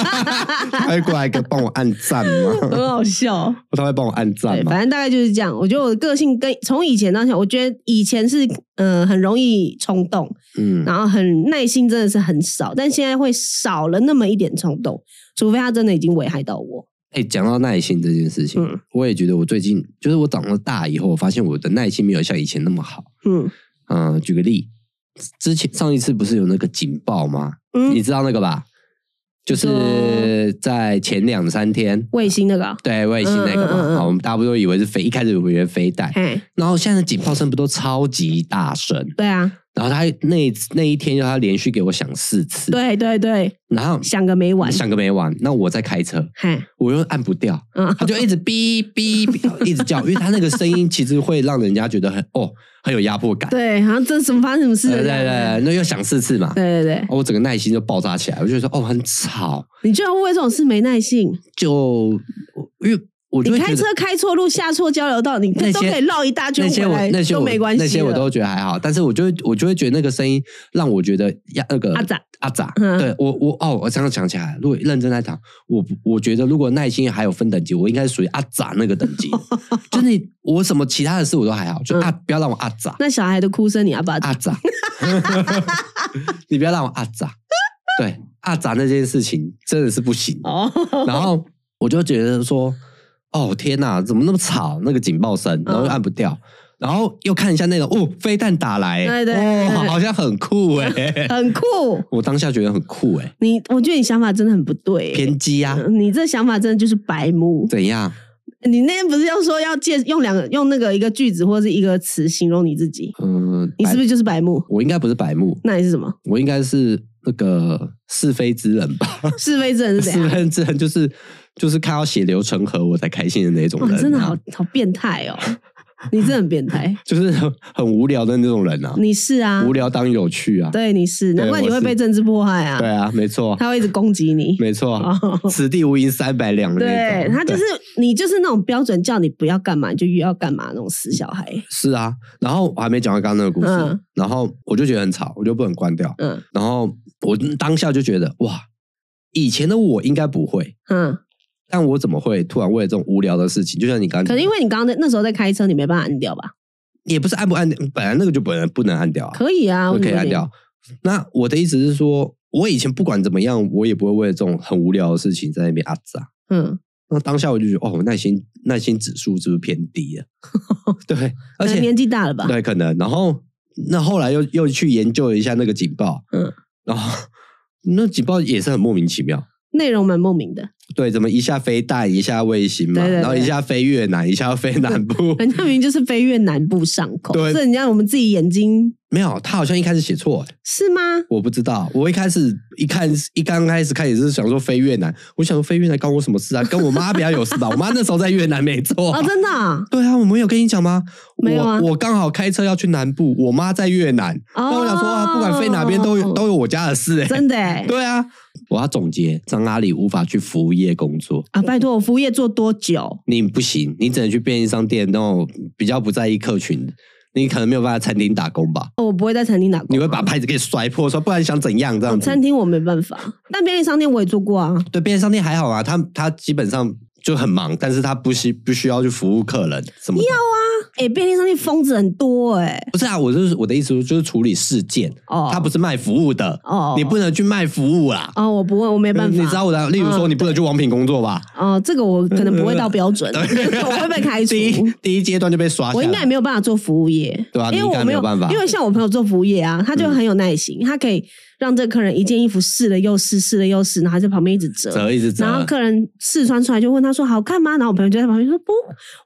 Speaker 1: 他会过来跟帮我按赞吗？
Speaker 2: 很好笑。
Speaker 1: 他会帮我按
Speaker 2: 对，
Speaker 1: 赞吗
Speaker 2: 反？正大概就是这样。我觉得我的个性跟从以前到现在，我觉得以前是呃很容易冲动，
Speaker 1: 嗯，
Speaker 2: 然后很耐心真的是很少，但现在会少了那么一点冲动，除非他真的已经危害到我。
Speaker 1: 哎，讲到耐心这件事情，
Speaker 2: 嗯
Speaker 1: 我也觉得我最近就是我长了大以后，我发现我的耐心没有像以前那么好。
Speaker 2: 嗯
Speaker 1: 嗯，举个例，之前上一次不是有那个警报吗？你
Speaker 2: 嗯，
Speaker 1: 知道那个吧？就是在前两三天，
Speaker 2: 卫星那个啊，
Speaker 1: 对卫星那个嘛，
Speaker 2: 嗯嗯嗯嗯
Speaker 1: 好，我们大家不都以为是飞，一开始以为是飞弹，
Speaker 2: 嘿，
Speaker 1: 然后现在的警报声不都超级大声？
Speaker 2: 对啊，
Speaker 1: 然后他那一那一天，他连续给我响四次，，
Speaker 2: 对对对，
Speaker 1: 然后
Speaker 2: 想个没完，
Speaker 1: 响个没完。那我在开车，
Speaker 2: 嘿，
Speaker 1: 我又按不掉，
Speaker 2: 嗯，
Speaker 1: 他就一直哔哔哔，一直叫，因为他那个声音其实会让人家觉得很哦很有压迫感。
Speaker 2: 对，啊好像这什么发生什么事
Speaker 1: 对
Speaker 2: 了？
Speaker 1: 呃对
Speaker 2: 这
Speaker 1: 对，
Speaker 2: 样
Speaker 1: 对那又响四次嘛，
Speaker 2: 对对对，
Speaker 1: 哦我整个耐心就爆炸起来，我就觉得哦很吵，
Speaker 2: 你居然会为这种事没耐性？
Speaker 1: 就因为我就会
Speaker 2: 你开
Speaker 1: 觉得
Speaker 2: 车开错路、下错交流道，你
Speaker 1: 那
Speaker 2: 都
Speaker 1: 些
Speaker 2: 可以绕一大圈
Speaker 1: 那些
Speaker 2: 回
Speaker 1: 我
Speaker 2: 来，
Speaker 1: 那些
Speaker 2: 都
Speaker 1: 我
Speaker 2: 没关系了。
Speaker 1: 那些我都觉得还好，但是我就会我就会觉得那个声音让我觉得呀那个
Speaker 2: 阿杂
Speaker 1: 阿杂，
Speaker 2: 嗯
Speaker 1: 对我我哦，我这样想起来，如果认真来讲，我不我觉得如果耐心还有分等级，我应该属于阿杂那个等 级，就是你我什么其他的事我都还好，
Speaker 2: 嗯
Speaker 1: 就阿、不要让我阿杂
Speaker 2: 那小孩的哭声，你要不要？
Speaker 1: 阿 杂， 你不要让我阿杂，对阿杂那件事情真的是不行，
Speaker 2: 哦，
Speaker 1: 然后我就觉得说，哦天哪，怎么那么吵？那个警报声，
Speaker 2: 嗯
Speaker 1: 然后又按不掉，然后又看一下那个，哦，飞弹打来，
Speaker 2: 对对
Speaker 1: 哦，
Speaker 2: 对
Speaker 1: 好好像很酷哎、
Speaker 2: 很酷。
Speaker 1: 我当下觉得很酷 哎、
Speaker 2: 你，我觉得你想法真的很不对、
Speaker 1: 偏激啊，
Speaker 2: 嗯你这想法真的就是白目。
Speaker 1: 怎样？
Speaker 2: 你那天不是要说要借用两个用那个一个句子或是一个词形容你自己？
Speaker 1: 嗯，
Speaker 2: 你是不
Speaker 1: 白
Speaker 2: 是就是白目？
Speaker 1: 我应该不是白目，
Speaker 2: 那你是什么？
Speaker 1: 我应该是那个是非之人吧？
Speaker 2: 是非之人是啊怎
Speaker 1: 是
Speaker 2: 样？
Speaker 1: 非之人就是就是看到血流成河我才开心的那种
Speaker 2: 哇，
Speaker 1: 人、啊，
Speaker 2: 真的好好变态哦！你真的很变 态，
Speaker 1: 就是很很无聊的那种人啊，
Speaker 2: 你是啊
Speaker 1: 无，聊当有趣啊，
Speaker 2: 对，你是，难怪你
Speaker 1: 我
Speaker 2: 会
Speaker 1: 是
Speaker 2: 被政治迫害啊，
Speaker 1: 对啊，没错，
Speaker 2: 他会一直攻击你，
Speaker 1: 没错，啊
Speaker 2: 哦
Speaker 1: 此地无银三百两的那
Speaker 2: 对
Speaker 1: 种，
Speaker 2: 他就是
Speaker 1: 对
Speaker 2: 你就是那种标准，叫你不要干嘛你就越要干嘛那种死小孩，
Speaker 1: 是啊。然后我还没讲完刚刚那个故事
Speaker 2: 嗯，
Speaker 1: 然后我就觉得很吵，我就不能关掉，
Speaker 2: 嗯
Speaker 1: 然后我当下就觉得哇，以前的我应该不会。
Speaker 2: 嗯。
Speaker 1: 但我怎么会突然为了这种无聊的事情，就像你刚刚讲的，
Speaker 2: 可能因为你刚刚在那时候在开车，你没办法按掉吧？
Speaker 1: 也不是按不按，本来那个就本来不能按掉啊，
Speaker 2: 可以啊，
Speaker 1: 就可以
Speaker 2: 为什么不
Speaker 1: 按
Speaker 2: 行。
Speaker 1: 掉。那我的意思是说，我以前不管怎么样，我也不会为了这种很无聊的事情在那边啊咋。
Speaker 2: 嗯，
Speaker 1: 那当下我就觉得，哦，我耐心耐心指数是不是偏低啊？ 对，而
Speaker 2: 可能
Speaker 1: 且
Speaker 2: 年纪大了吧？
Speaker 1: 对，可能。然后那后来又又去研究了一下那个警报，
Speaker 2: 嗯，
Speaker 1: 然后那警报也是很莫名其妙。
Speaker 2: 内容蛮莫名的，
Speaker 1: 对，怎么一下飞弹，一下卫星嘛，
Speaker 2: 对对对
Speaker 1: 然后一下飞越南，一下飞南 部，
Speaker 2: 人家明明就是飞越南部上空，
Speaker 1: 对
Speaker 2: 所以人家我们自己眼睛
Speaker 1: 没有，他好像一开始写错、欸，
Speaker 2: 是吗？
Speaker 1: 我不知道，我一开始一看一刚开始看也是想说飞越南，我想说飞越南关我什么事啊？跟我妈比较有 事吧？我妈那时候在越南没错、
Speaker 2: 哦，真的啊
Speaker 1: 对啊，我没有跟你讲吗？
Speaker 2: 没有啊
Speaker 1: 我我刚好开车要去南部，我妈在越南，那、
Speaker 2: 哦，
Speaker 1: 我想说、啊，不管飞哪边都有都有我家的事、欸，
Speaker 2: 真的欸
Speaker 1: 对啊，我要总结张阿里无法去服务业工作，
Speaker 2: 啊！拜托，我服务业做多久？
Speaker 1: 你不行，你只能去便利商店那种比较不在意客群的，你可能没有办法餐厅打工吧？
Speaker 2: 哦，我不会在餐厅打工啊，
Speaker 1: 你会把牌子给摔破，说不然想怎样这样子？
Speaker 2: 哦餐厅我没办法，但便利商店我也做过啊。
Speaker 1: 对，便利商店还好啊，他他基本上就很忙，但是他不需不需要去服务客人什么的。
Speaker 2: 哎，便利商店疯子很多哎，
Speaker 1: 不是啊，我就是我的意思就是处理事件，
Speaker 2: 哦，
Speaker 1: 他不是卖服务的，
Speaker 2: 哦，
Speaker 1: 你不能去卖服务啦。
Speaker 2: 哦，我不会，我没办法。
Speaker 1: 你知道我的，例如说
Speaker 2: 嗯
Speaker 1: 你不能去王品工作吧？
Speaker 2: 哦，这个我可能不会到 标准， 我会被开除
Speaker 1: 第。一第一阶段就被刷下
Speaker 2: 我
Speaker 1: 来，
Speaker 2: 应该也没有办法做服务业，
Speaker 1: 对啊你
Speaker 2: 因为
Speaker 1: 应该
Speaker 2: 我
Speaker 1: 没有办法
Speaker 2: 因为像我朋友做服务业啊，他就很有耐心，他可以让这个客人一件衣服试了又试，试了又试，然后他在旁边一直折，
Speaker 1: 折一直折，
Speaker 2: 然后客人试穿出来就问他说好看吗？然后我朋友就在旁边说不，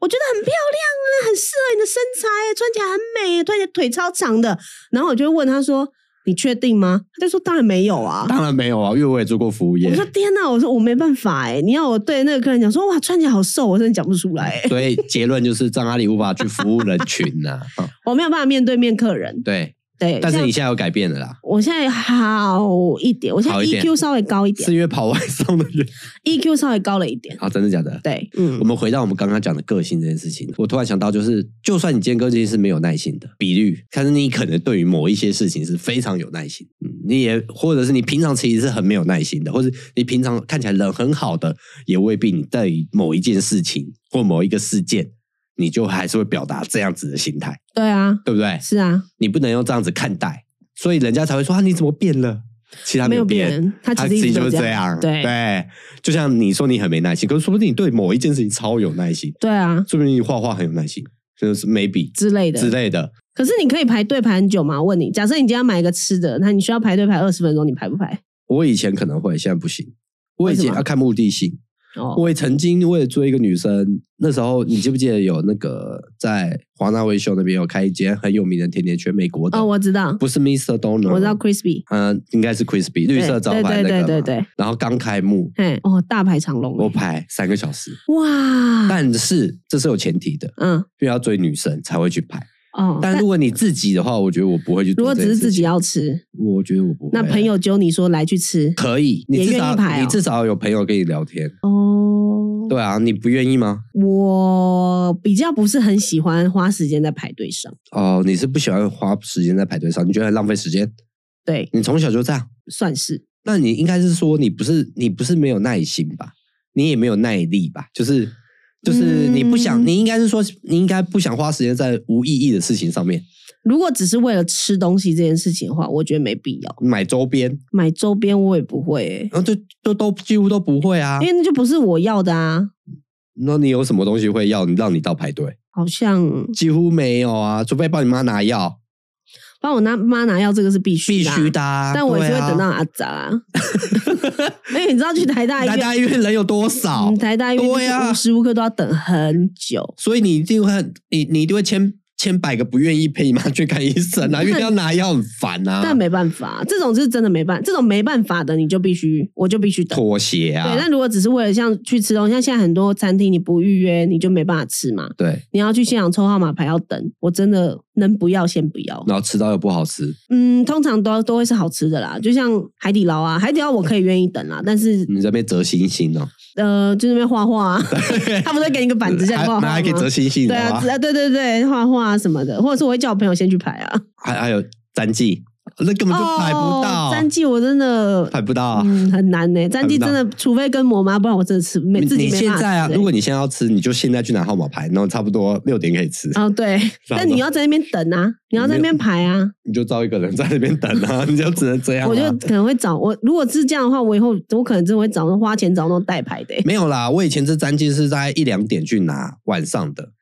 Speaker 2: 我觉得很漂亮啊，很适合你的身材，啊穿起来很美，穿起来腿超长的。然后我就会问他说你确定吗？他就说当然没有啊。
Speaker 1: 当然没有啊，因为我也做过服务
Speaker 2: 我
Speaker 1: 业
Speaker 2: 说，天哪！我说我没办法哎、你要我对那个客人讲说哇穿起来好瘦，我真的讲不出来、欸，
Speaker 1: 所以结论就是张阿里无法去服务人群 呐、嗯
Speaker 2: 我没有办法面对面客人。
Speaker 1: 对，
Speaker 2: 对，
Speaker 1: 但是
Speaker 2: 像
Speaker 1: 你现在有改变了啦，
Speaker 2: 我现在好一点，我现在
Speaker 1: 好一点
Speaker 2: EQ 稍微高一
Speaker 1: 是
Speaker 2: 点
Speaker 1: 因为 跑外送的人
Speaker 2: ，EQ 稍微高了一点。
Speaker 1: 啊，真的假的？
Speaker 2: 对，嗯
Speaker 1: 我，们回到我们刚刚讲的个性这件事情，我突然想到，就是就算你今天个性是没有耐心的比率，但是你可能对于某一些事情是非常有耐心，嗯，你也或者是你平常其实是很没有耐心的，或者你平常看起来人很好的，也未必你对于某一件事情或某一个事件，你就还是会表达这样子的心态，
Speaker 2: 对啊，
Speaker 1: 对不对？
Speaker 2: 是啊，
Speaker 1: 你不能用这样子看待，所以人家才会说啊，你怎么变了？其实他没有
Speaker 2: 没有变他其实
Speaker 1: 自
Speaker 2: 一
Speaker 1: 己
Speaker 2: 直
Speaker 1: 就
Speaker 2: 都
Speaker 1: 是
Speaker 2: 这
Speaker 1: 这
Speaker 2: 样
Speaker 1: 样。
Speaker 2: 对
Speaker 1: 对，就像你说你很没耐心，可是说不定你对某一件事情超有耐心，
Speaker 2: 对啊
Speaker 1: 说不定你画画很有耐心，就是 maybe
Speaker 2: 之类的
Speaker 1: 之。类的。
Speaker 2: 可是你可以排队排很久吗？我问你，假设你今天要买一个吃的，那你需要排队排二十分钟，你排不排？
Speaker 1: 我以前可能会，现在不行。我以
Speaker 2: 为什
Speaker 1: 前啊
Speaker 2: 么
Speaker 1: 要看目的性，
Speaker 2: 哦，
Speaker 1: 我也曾经为了追一个女生，那时候你记不记得有那个在华纳维秀那边有开一间很有名的甜甜圈，美国的，
Speaker 2: 哦，我知道，
Speaker 1: 不是 Mr. Donut，
Speaker 2: 我知道 crispy，
Speaker 1: 嗯，应该是 crispy 绿色招牌那个
Speaker 2: 对对
Speaker 1: 嘛
Speaker 2: 对对对
Speaker 1: 然后刚开幕，
Speaker 2: 嘿，哦，大排长龙
Speaker 1: 我
Speaker 2: 欸，
Speaker 1: 排三个小时，
Speaker 2: 哇，
Speaker 1: 但是这是有前提的，
Speaker 2: 嗯，
Speaker 1: 因为要追女生才会去排。
Speaker 2: 哦，
Speaker 1: 但如果你自己的话，我觉得我不会去
Speaker 2: 如
Speaker 1: 做
Speaker 2: 果
Speaker 1: 这
Speaker 2: 只
Speaker 1: 件
Speaker 2: 是
Speaker 1: 事情。
Speaker 2: 自己要吃，
Speaker 1: 我觉得我不会。啊
Speaker 2: 那朋友揪你说来去吃，
Speaker 1: 可以，
Speaker 2: 也
Speaker 1: 你至
Speaker 2: 愿
Speaker 1: 少、
Speaker 2: 意排哦
Speaker 1: 你至少有朋友跟你聊天。
Speaker 2: 哦，
Speaker 1: 对啊，你不愿意吗？
Speaker 2: 我比较不是很喜欢花时间在排队上，
Speaker 1: 哦，你是不喜欢花时间在排队上，你觉得很浪费时间？
Speaker 2: 对，
Speaker 1: 你从小就这样，
Speaker 2: 算是
Speaker 1: 那你应该是说你不是你不是没有耐心吧？你也没有耐力吧？就是就是你不想，
Speaker 2: 嗯
Speaker 1: 你应该是说你应该不想花时间在无意义的事情上面，
Speaker 2: 如果只是为了吃东西这件事情的话，我觉得没必要。
Speaker 1: 买周边，
Speaker 2: 买周边我也不会、欸，
Speaker 1: 然后就就都几乎都不会啊
Speaker 2: 因。为那就不是我要的啊，
Speaker 1: 那你有什么东西会要你让你到排队？
Speaker 2: 好像
Speaker 1: 几乎没有啊，除非帮你妈拿药，
Speaker 2: 帮我拿妈拿药这个是必须
Speaker 1: 必
Speaker 2: 的啊
Speaker 1: 须的、啊。
Speaker 2: 但我也是
Speaker 1: 对
Speaker 2: 会
Speaker 1: 啊
Speaker 2: 等到。阿 杂、啊，因为你知道去台大医
Speaker 1: 来
Speaker 2: 院，
Speaker 1: 大医院人有多少
Speaker 2: 嗯？台大医院
Speaker 1: 对啊
Speaker 2: 就是无时无刻都要等很久，
Speaker 1: 所以你一定会，你你一定会千千百个不愿意陪你妈去看医生 啊，因为要拿药很烦啊，
Speaker 2: 但没办法，这种是真的没办，这种没办法的，你就必须，我就必须等。
Speaker 1: 妥协
Speaker 2: 对，
Speaker 1: 啊
Speaker 2: 但，如果只是为了像去吃东西，像现在很多餐厅你不预约你就没办法吃嘛，
Speaker 1: 对，
Speaker 2: 你要去现场抽号码牌要等，我真的能不要先不要。
Speaker 1: 然后吃到又不好吃，
Speaker 2: 嗯，通常都都会是好吃的啦，就像海底捞啊，海底捞我可以愿意等啦，但是
Speaker 1: 你这边折星星哦，
Speaker 2: 呃，就那边画画、啊， 他不是给你个 板子下
Speaker 1: 嗯还
Speaker 2: 你画画
Speaker 1: 那还可以折
Speaker 2: 吗？
Speaker 1: 星星
Speaker 2: 对
Speaker 1: 的
Speaker 2: 啊，
Speaker 1: 啊
Speaker 2: 只，啊对对对，画画啊什么的，或者是我会叫我朋友先去排啊，
Speaker 1: 还还有粘剂，那根本就排不到
Speaker 2: 哦，三季我真的
Speaker 1: 排不到啊。
Speaker 2: 嗯，很难呢、战绩
Speaker 1: 不
Speaker 2: 真
Speaker 1: 到
Speaker 2: 的，除非跟我妈，不然我真的吃没
Speaker 1: 你
Speaker 2: 自己
Speaker 1: 你
Speaker 2: 没
Speaker 1: 现
Speaker 2: 办法
Speaker 1: 在啊，
Speaker 2: 吃欸
Speaker 1: 如果你现在要吃，你就现在去拿号码牌，然后差不多六点可以吃，
Speaker 2: 哦对，
Speaker 1: 然后
Speaker 2: 但你要在那边等啊，你要在那边排啊，
Speaker 1: 你就招一个人在那边等 啊，你就只能这样啊。
Speaker 2: 我就可能会找我，如果是这样的话，我以后我可能真的会找花钱找那种代排 的欸、
Speaker 1: 没有啦，我以前这粘剂是在一两点去拿晚上的，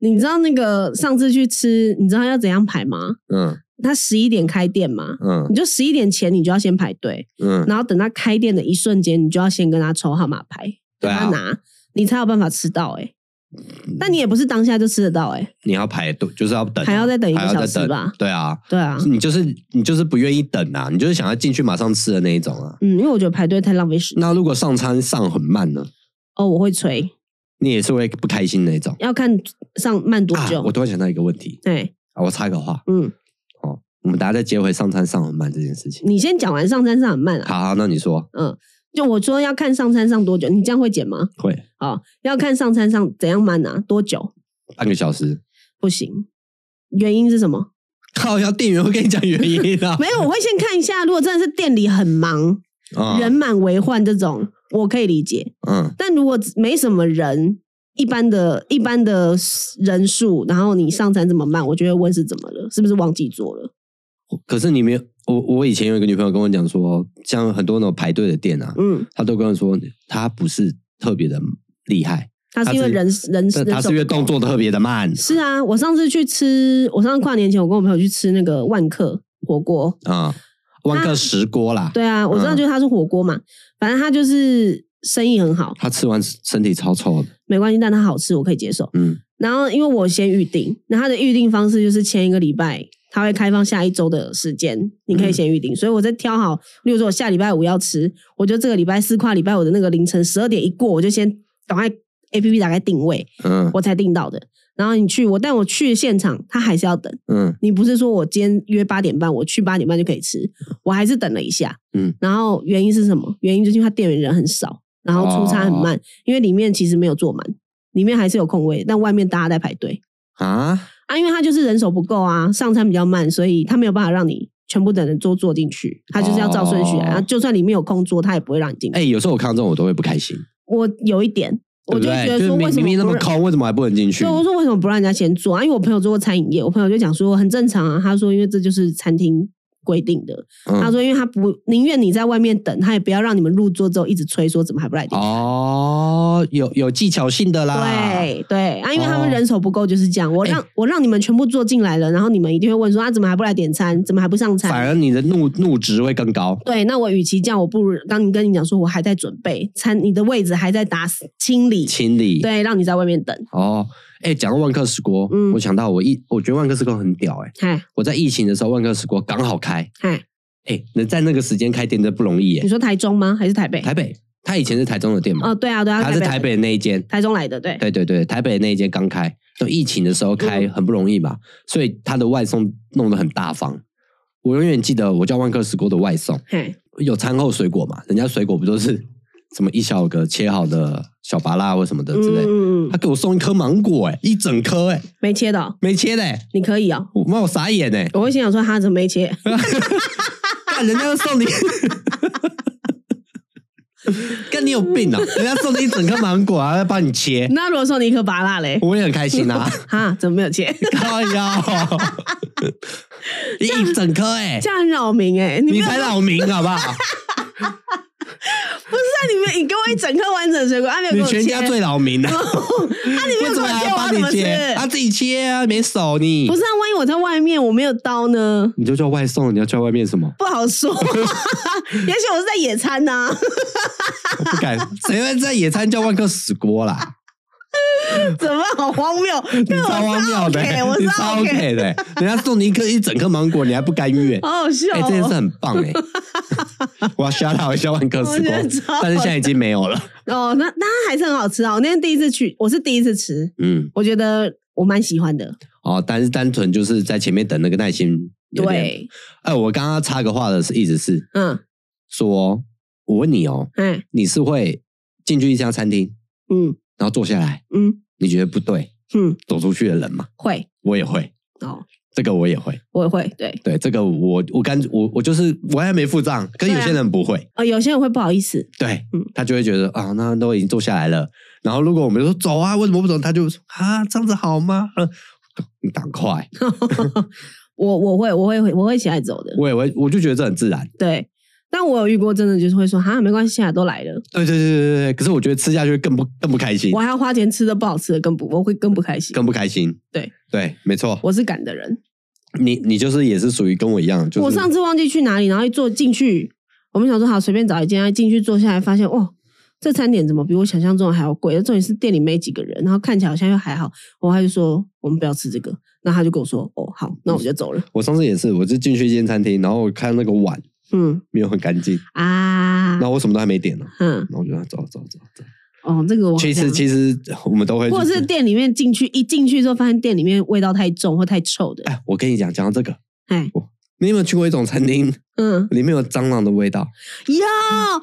Speaker 2: 你知道那个上次去吃，你知道要怎样排吗？
Speaker 1: 嗯
Speaker 2: 他十一点开店嘛，
Speaker 1: 嗯
Speaker 2: 你就十一点前你就要先排队，
Speaker 1: 嗯，
Speaker 2: 然后等他开店的一瞬间，你就要先跟他抽号码牌，
Speaker 1: 对
Speaker 2: 跟
Speaker 1: 啊
Speaker 2: 他拿，你才有办法吃到哎、但你也不是当下就吃得到哎、
Speaker 1: 你要排队就是要等啊，
Speaker 2: 还要再等一个
Speaker 1: 还要再
Speaker 2: 小时
Speaker 1: 等
Speaker 2: 吧
Speaker 1: 对啊，
Speaker 2: 对啊，
Speaker 1: 你就是你就是不愿意等啊，你就是想要进去马上吃的那一种啊。
Speaker 2: 嗯，因为我觉得排队太浪费时间。
Speaker 1: 那如果上餐上很慢呢，
Speaker 2: 哦，我会催，
Speaker 1: 你也是会不开心那一种。
Speaker 2: 要看上慢多
Speaker 1: 啊
Speaker 2: 久。
Speaker 1: 我突然想到一个问题
Speaker 2: 对，
Speaker 1: 啊，我插个话
Speaker 2: 嗯，
Speaker 1: 哦，我们大家再接回上餐上很慢这件事情。
Speaker 2: 你先讲完上山上很慢啊。
Speaker 1: 好好，那你说
Speaker 2: 嗯，就我说要看上山上多久，你这样会减吗？
Speaker 1: 会
Speaker 2: 哦，要看上山上怎样慢啊，多久
Speaker 1: 半个小时？
Speaker 2: 不行。原因是什么？
Speaker 1: 靠，要店员会跟你讲原因啊的
Speaker 2: 没有，我会先看一下。如果真的是店里很忙，
Speaker 1: 啊
Speaker 2: 人满为患这种，我可以理解。
Speaker 1: 嗯
Speaker 2: 但如果没什么人，一般的一般的人数，然后你上山这么慢，我就会问是怎么了，是不是忘记做了？
Speaker 1: 可是你没有，我我以前有一个女朋友跟我讲说，像很多那种排队的店啊，
Speaker 2: 嗯，
Speaker 1: 她都跟我说，她不是特别的厉害，
Speaker 2: 他是因为
Speaker 1: 他
Speaker 2: 人人
Speaker 1: 但她
Speaker 2: 人
Speaker 1: 是
Speaker 2: 手
Speaker 1: 因为
Speaker 2: 不够
Speaker 1: 动作特别的慢
Speaker 2: 是啊，我上次去吃，我上次跨年前，我跟我朋友去吃那个万客火锅。
Speaker 1: 啊，万客石锅啦。
Speaker 2: 对啊，我知道
Speaker 1: 嗯
Speaker 2: 就是他是火锅嘛，反正他就是生意很好，
Speaker 1: 她吃完身体超臭的，
Speaker 2: 没关系，但他好吃，我可以接受。
Speaker 1: 嗯，
Speaker 2: 然后因为我先预定，那他的预定方式就是前一个礼拜他会开放下一周的时间，你可以先预定。所以我在挑好，例如说我下礼拜五要吃，我就这个礼拜四跨礼拜五的那个凌晨十二点一过，我就先赶快 A P P 打开定位，
Speaker 1: 嗯
Speaker 2: 我才订到的。然后你去我，但我去现场，他还是要等。
Speaker 1: 嗯
Speaker 2: 你不是说我今天约八点半，我去八点半就可以吃，我还是等了一下。
Speaker 1: 嗯，
Speaker 2: 然后原因是什么？原因就是因为他店员人很少，然后出餐很
Speaker 1: 哦
Speaker 2: 慢，因为里面其实没有坐满，里面还是有空位，但外面大家在排队
Speaker 1: 啊，
Speaker 2: 啊，因为他就是人手不够啊，上餐比较慢，所以他没有办法让你全部的人都坐进去，他就是要照顺序啊。
Speaker 1: 哦
Speaker 2: 就算里面有空桌，他也不会让你进去。
Speaker 1: 哎、有时候我看到这种我都会不开心，
Speaker 2: 我有一点，
Speaker 1: 对
Speaker 2: 我
Speaker 1: 不
Speaker 2: 就
Speaker 1: 对？
Speaker 2: 会觉
Speaker 1: 就
Speaker 2: 得
Speaker 1: 是
Speaker 2: 说，为
Speaker 1: 明
Speaker 2: 什
Speaker 1: 明
Speaker 2: 么
Speaker 1: 明那
Speaker 2: 不
Speaker 1: 么
Speaker 2: 让
Speaker 1: 抠，为什么还不能进去
Speaker 2: 对，？我说为什么不让人家先做啊？因为我朋友做过餐饮业，我朋友就讲说很正常啊。他说因为这就是餐厅规定的。他
Speaker 1: 嗯、
Speaker 2: 说因为他不宁愿你在外面等，他也不要让你们入座之后一直催说怎么还不来点。
Speaker 1: 哦，有有技巧性的啦，，
Speaker 2: 对对啊，因为他
Speaker 1: 哦
Speaker 2: 们
Speaker 1: 哎
Speaker 2: 人手不够就是这样。我让、我让你们全部坐进来了，然后你们一定会问说啊怎么还不来点餐？怎么还不上
Speaker 1: 反
Speaker 2: 餐？
Speaker 1: 而你的怒怒值会更高。
Speaker 2: 对，那我与其这样，我不如刚你跟你讲说我还在准备餐，你的位置还在打清理，
Speaker 1: 清理
Speaker 2: 对，让你在外面等。
Speaker 1: 哦，哎、讲到万客石锅，
Speaker 2: 嗯
Speaker 1: 我想到我一，我觉得万客石锅很屌哎、
Speaker 2: 嗨
Speaker 1: 我在疫情的时候，万客石锅刚好开，
Speaker 2: 嗨，
Speaker 1: 哎、能在那个时间开店真的不容易哎、
Speaker 2: 你说台中吗？还是台北？
Speaker 1: 台北，他以前是台中的店嘛，
Speaker 2: 嗯哦，对啊对啊，
Speaker 1: 他是台
Speaker 2: 北
Speaker 1: 北的那一间，
Speaker 2: 台中来的，对。
Speaker 1: 对对对，台北的那一间刚开，就疫情的时候开
Speaker 2: 嗯
Speaker 1: 很不容易嘛，所以他的外送弄得很大方。我永远记得我叫万客石锅的外送，
Speaker 2: 嘿，
Speaker 1: 有餐后水果嘛，人家水果不都是什么一小格切好的小拔辣或什么的之类，
Speaker 2: 嗯嗯
Speaker 1: 他给我送一颗芒果、欸，一整颗，哎，
Speaker 2: 没切的哦、
Speaker 1: 没切的、欸，
Speaker 2: 你可以哦、
Speaker 1: 我妈我傻眼哎、欸，
Speaker 2: 我会心想说他怎么没切？
Speaker 1: 干人家都送你。干你有病啊！人家送你一整颗芒果、啊，还帮你切，
Speaker 2: 那如果说你一颗拔辣嘞，
Speaker 1: 我也很开心 啊。
Speaker 2: 哈，怎么没有切？
Speaker 1: 靠腰， 一整颗哎、
Speaker 2: 这样很扰民哎、你没
Speaker 1: 你
Speaker 2: 有
Speaker 1: 才扰民好不好？
Speaker 2: 不是啊？你们你给我一整颗完整的水果，啊没有给
Speaker 1: 你
Speaker 2: 我切，
Speaker 1: 全家最扰民 了、啊，
Speaker 2: 啊 你
Speaker 1: 为
Speaker 2: 没有给
Speaker 1: 什
Speaker 2: 我
Speaker 1: 么还
Speaker 2: 切，
Speaker 1: 要
Speaker 2: 我
Speaker 1: 帮
Speaker 2: 怎
Speaker 1: 你
Speaker 2: 么吃
Speaker 1: 切？？啊，自己切啊，没手你
Speaker 2: 不。是啊，万一我在外面我没有刀呢？
Speaker 1: 你就叫外送，你要叫外面什
Speaker 2: ？
Speaker 1: 么
Speaker 2: 不好说，也许我是在野餐呐、
Speaker 1: 我不敢，谁会在野餐叫万客死锅啦？
Speaker 2: 怎么好荒谬？
Speaker 1: 你
Speaker 2: 对
Speaker 1: 超
Speaker 2: 我
Speaker 1: 荒
Speaker 2: 是
Speaker 1: 谬的、
Speaker 2: OK，我
Speaker 1: 你
Speaker 2: 是
Speaker 1: 超
Speaker 2: OK，
Speaker 1: OK 的、人家送你一颗一整颗芒果，你还不甘愿？
Speaker 2: 好好笑、
Speaker 1: 哎、
Speaker 2: 哦
Speaker 1: 这件事很棒 哎、我要 shout out 一下万科
Speaker 2: 我
Speaker 1: 时
Speaker 2: 觉
Speaker 1: 光
Speaker 2: 得超，
Speaker 1: 但是现在已经没有了。
Speaker 2: 哦，那那它还是很好吃啊！我那天第一次去，我是第一次吃，
Speaker 1: 嗯，
Speaker 2: 我觉得我蛮喜欢的。
Speaker 1: 哦，但是单纯就是在前面等那个耐心有点。
Speaker 2: 对，
Speaker 1: 哎、我刚刚插个话的是，意思是
Speaker 2: 嗯，
Speaker 1: 说，我问你哦，
Speaker 2: 哎，
Speaker 1: 你是会进去一家餐厅，
Speaker 2: 嗯
Speaker 1: 然后坐下来，
Speaker 2: 嗯
Speaker 1: 你觉得不对，
Speaker 2: 嗯，
Speaker 1: 走出去的人嘛？
Speaker 2: 会
Speaker 1: 我也会，
Speaker 2: 哦，
Speaker 1: 这个我也会。
Speaker 2: 我也会。对，
Speaker 1: 对，这个我我刚我我就是我还没付账，跟有些人不会，
Speaker 2: 哦，有些人会不好意思，
Speaker 1: 对
Speaker 2: 嗯
Speaker 1: 他就会觉得啊，那都已经坐下来了。然后如果我们就说走啊，为什么不走？他就说啊，这样子好吗？呃你赶快，
Speaker 2: 我我会我会我会起来走的。
Speaker 1: 我也会，我就觉得这很自然。
Speaker 2: 对，但我有遇过真的就是会说哈，没关系啊，都来了，
Speaker 1: 对对对对对对。可是我觉得吃下去会更不更不开心
Speaker 2: 我，还要花钱吃的不好吃的，更不我会更不开心。
Speaker 1: 更不开心。
Speaker 2: 对
Speaker 1: 对，没错。
Speaker 2: 我是赶的人，
Speaker 1: 你你就是也是属于跟我一样，就是
Speaker 2: 我上次忘记去哪里，然后一坐进去，我们想说好随便找一间，进去坐下来发现哇。这餐点怎么比我想象中的还要贵？重点是店里没几个人，然后看起来好像又还好。我他就说我们不要吃这个，那他就跟我说哦好，那我就走了。
Speaker 1: 我上次也是，我就进去一间餐厅，然后我看那个碗
Speaker 2: 嗯
Speaker 1: 没有很干净，
Speaker 2: 啊
Speaker 1: 然，后我什么都还没点呢，
Speaker 2: 嗯
Speaker 1: 然后我就说走走走走。
Speaker 2: 哦，这个我好
Speaker 1: 其
Speaker 2: 像
Speaker 1: 实其实我们都会，
Speaker 2: 或者是店里面进去一进去之后发现店里面味道太重或太臭的，
Speaker 1: 哎，我跟你讲，讲到这个，
Speaker 2: 哎
Speaker 1: 你有没有去过一种餐厅，
Speaker 2: 嗯，
Speaker 1: 里面有蟑螂的味道？
Speaker 2: 有啊，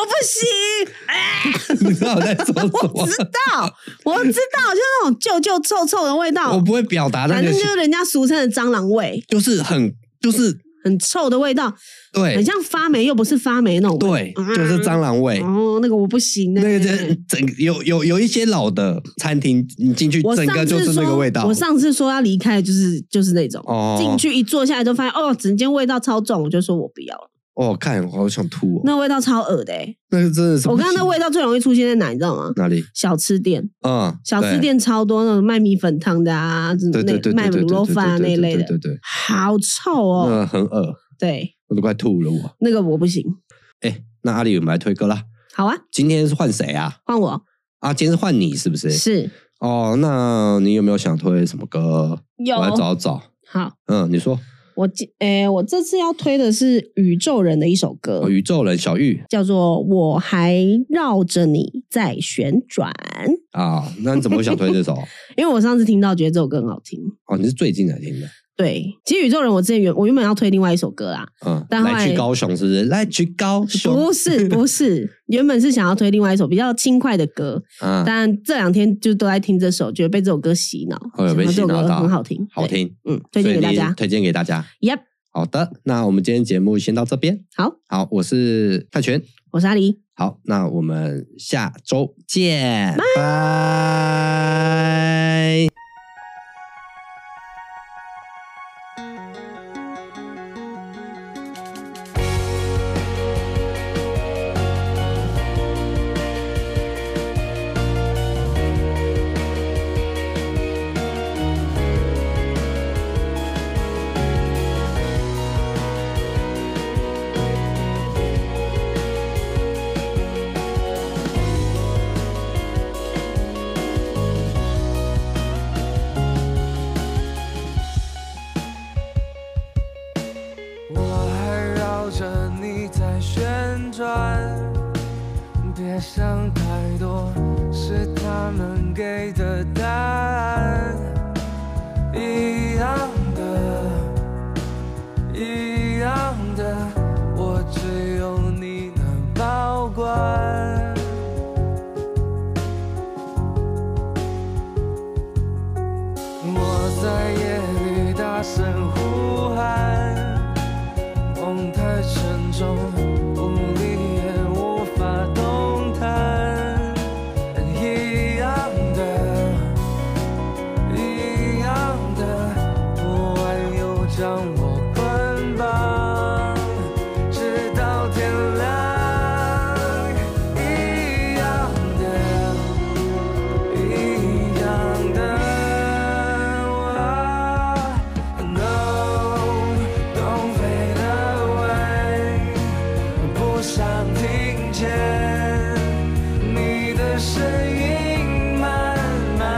Speaker 2: 我不行，哎、
Speaker 1: 你知道 我在说什
Speaker 2: 我知
Speaker 1: 么？
Speaker 2: 道，我知道，就那种旧旧臭臭的味
Speaker 1: 我
Speaker 2: 道，
Speaker 1: 不会表达那
Speaker 2: 反
Speaker 1: 个
Speaker 2: 正就，是人家俗称的蟑螂味，
Speaker 1: 就是很就是
Speaker 2: 很臭的味道，很
Speaker 1: 对
Speaker 2: 像嗯发霉又不是发霉那种味。
Speaker 1: 对，就是蟑螂味。
Speaker 2: 哦，那个我不行、
Speaker 1: 那
Speaker 2: 欸，
Speaker 1: 个整整有有有一些老的餐厅，你进去
Speaker 2: 我
Speaker 1: 整个
Speaker 2: 上
Speaker 1: 就
Speaker 2: 次
Speaker 1: 是
Speaker 2: 说
Speaker 1: 那个味道
Speaker 2: 我。上次说要离开的就是就是那种，
Speaker 1: 哦
Speaker 2: 进去一坐下来就发现哦，整间味道超重，我就说我不要了，
Speaker 1: 哦，看我好想吐哦。
Speaker 2: 那味道超恶的、欸。
Speaker 1: 那个真的是
Speaker 2: 我刚刚那
Speaker 1: 问
Speaker 2: 味道最容易出现在哪，你知道吗？
Speaker 1: 哪里？
Speaker 2: 小吃店。
Speaker 1: 嗯，
Speaker 2: 小吃
Speaker 1: 对
Speaker 2: 店超多那种卖米粉汤的啊，这
Speaker 1: 对
Speaker 2: 种
Speaker 1: 对对对
Speaker 2: 那卖
Speaker 1: 对
Speaker 2: 卤肉
Speaker 1: 对
Speaker 2: 饭啊
Speaker 1: 对
Speaker 2: 那一
Speaker 1: 对
Speaker 2: 类
Speaker 1: 对嗯
Speaker 2: 的，
Speaker 1: 对对，
Speaker 2: 好臭哦。
Speaker 1: 那很恶，
Speaker 2: 对，
Speaker 1: 我都快吐了我。
Speaker 2: 那个我不行。
Speaker 1: 哎，那阿里我们来推歌啦。
Speaker 2: 好啊，
Speaker 1: 今天是换谁啊？
Speaker 2: 换我
Speaker 1: 啊，今天是换你是不是？
Speaker 2: 是
Speaker 1: 哦，那你有没有想推什么歌？
Speaker 2: 有
Speaker 1: 我来找找。
Speaker 2: 好，
Speaker 1: 嗯，你说，
Speaker 2: 我今诶，我这次要推的是宇宙人的一首歌
Speaker 1: 哦、，宇宙人小玉
Speaker 2: 叫做《我还绕着你在旋转》，
Speaker 1: 啊，那你怎么会想推 这首？
Speaker 2: 因为我上次听到觉得这首歌很好听。
Speaker 1: 哦，你是最近才听的，
Speaker 2: 对，其实宇宙人我之前原我原本要推另外一首歌啊啦，
Speaker 1: 嗯，
Speaker 2: 但后来
Speaker 1: 来去高雄是不是？来去高雄
Speaker 2: 不是 不是，原本是想要推另外一首比较轻快的歌，
Speaker 1: 啊，
Speaker 2: 但这两天就都在听这首，觉得被这首歌洗脑，
Speaker 1: 哦有被
Speaker 2: 想说这首
Speaker 1: 洗脑
Speaker 2: 歌
Speaker 1: 到
Speaker 2: 很好听，
Speaker 1: 好
Speaker 2: 对，
Speaker 1: 听，
Speaker 2: 嗯，推荐给大
Speaker 1: 所以你
Speaker 2: 家。
Speaker 1: 推荐给大家。
Speaker 2: Yep，
Speaker 1: 好的，那我们今天节目先到这边。
Speaker 2: 好，
Speaker 1: 好，我是泰拳。
Speaker 2: 我是阿狸，
Speaker 1: 好，那我们下周见，拜。
Speaker 3: 我还绕着你在旋转，别想太多，是他们给的答案，一样的，一样的，我只有你能保管。我在夜里大声呼喊，梦太沉重，无力也无法动弹。一样的，一样的，不安又将我捆绑，直到天亮。一样的。一样的我，No don't fade away，不想听见你的声音，慢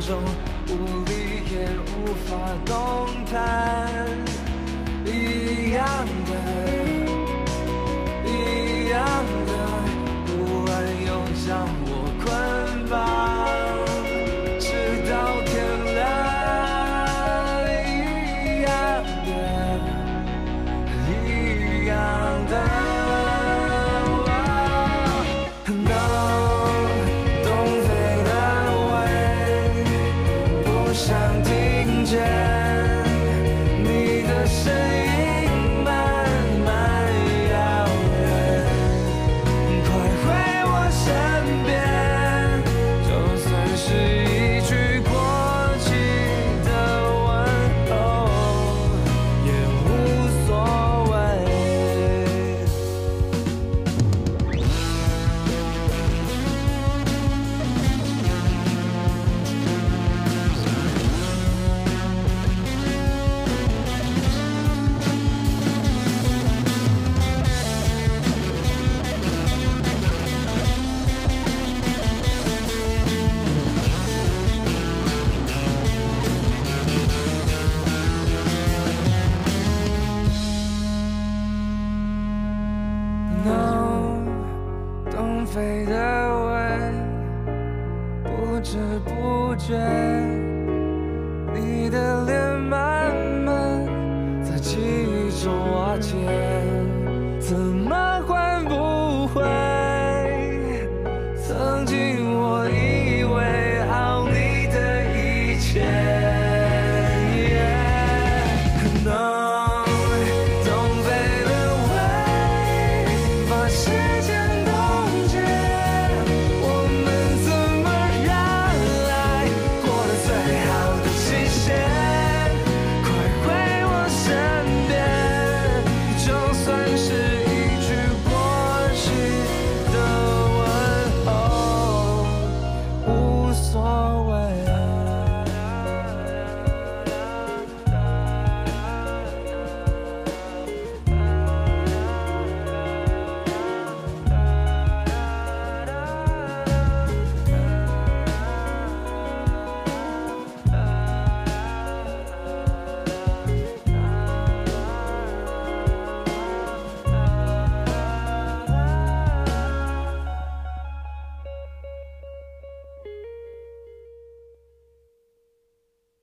Speaker 3: 种无力也无法动弹，一样的，一样的，不安又将我捆绑，直到天亮，一样的。一样的。No，东北的吻，不想听见你的声音慢慢遥远，快回我身边，就算是一句过期的问候。也无所谓。No，东北的吻，不知不觉，你的脸慢慢在记忆中瓦解，怎么啊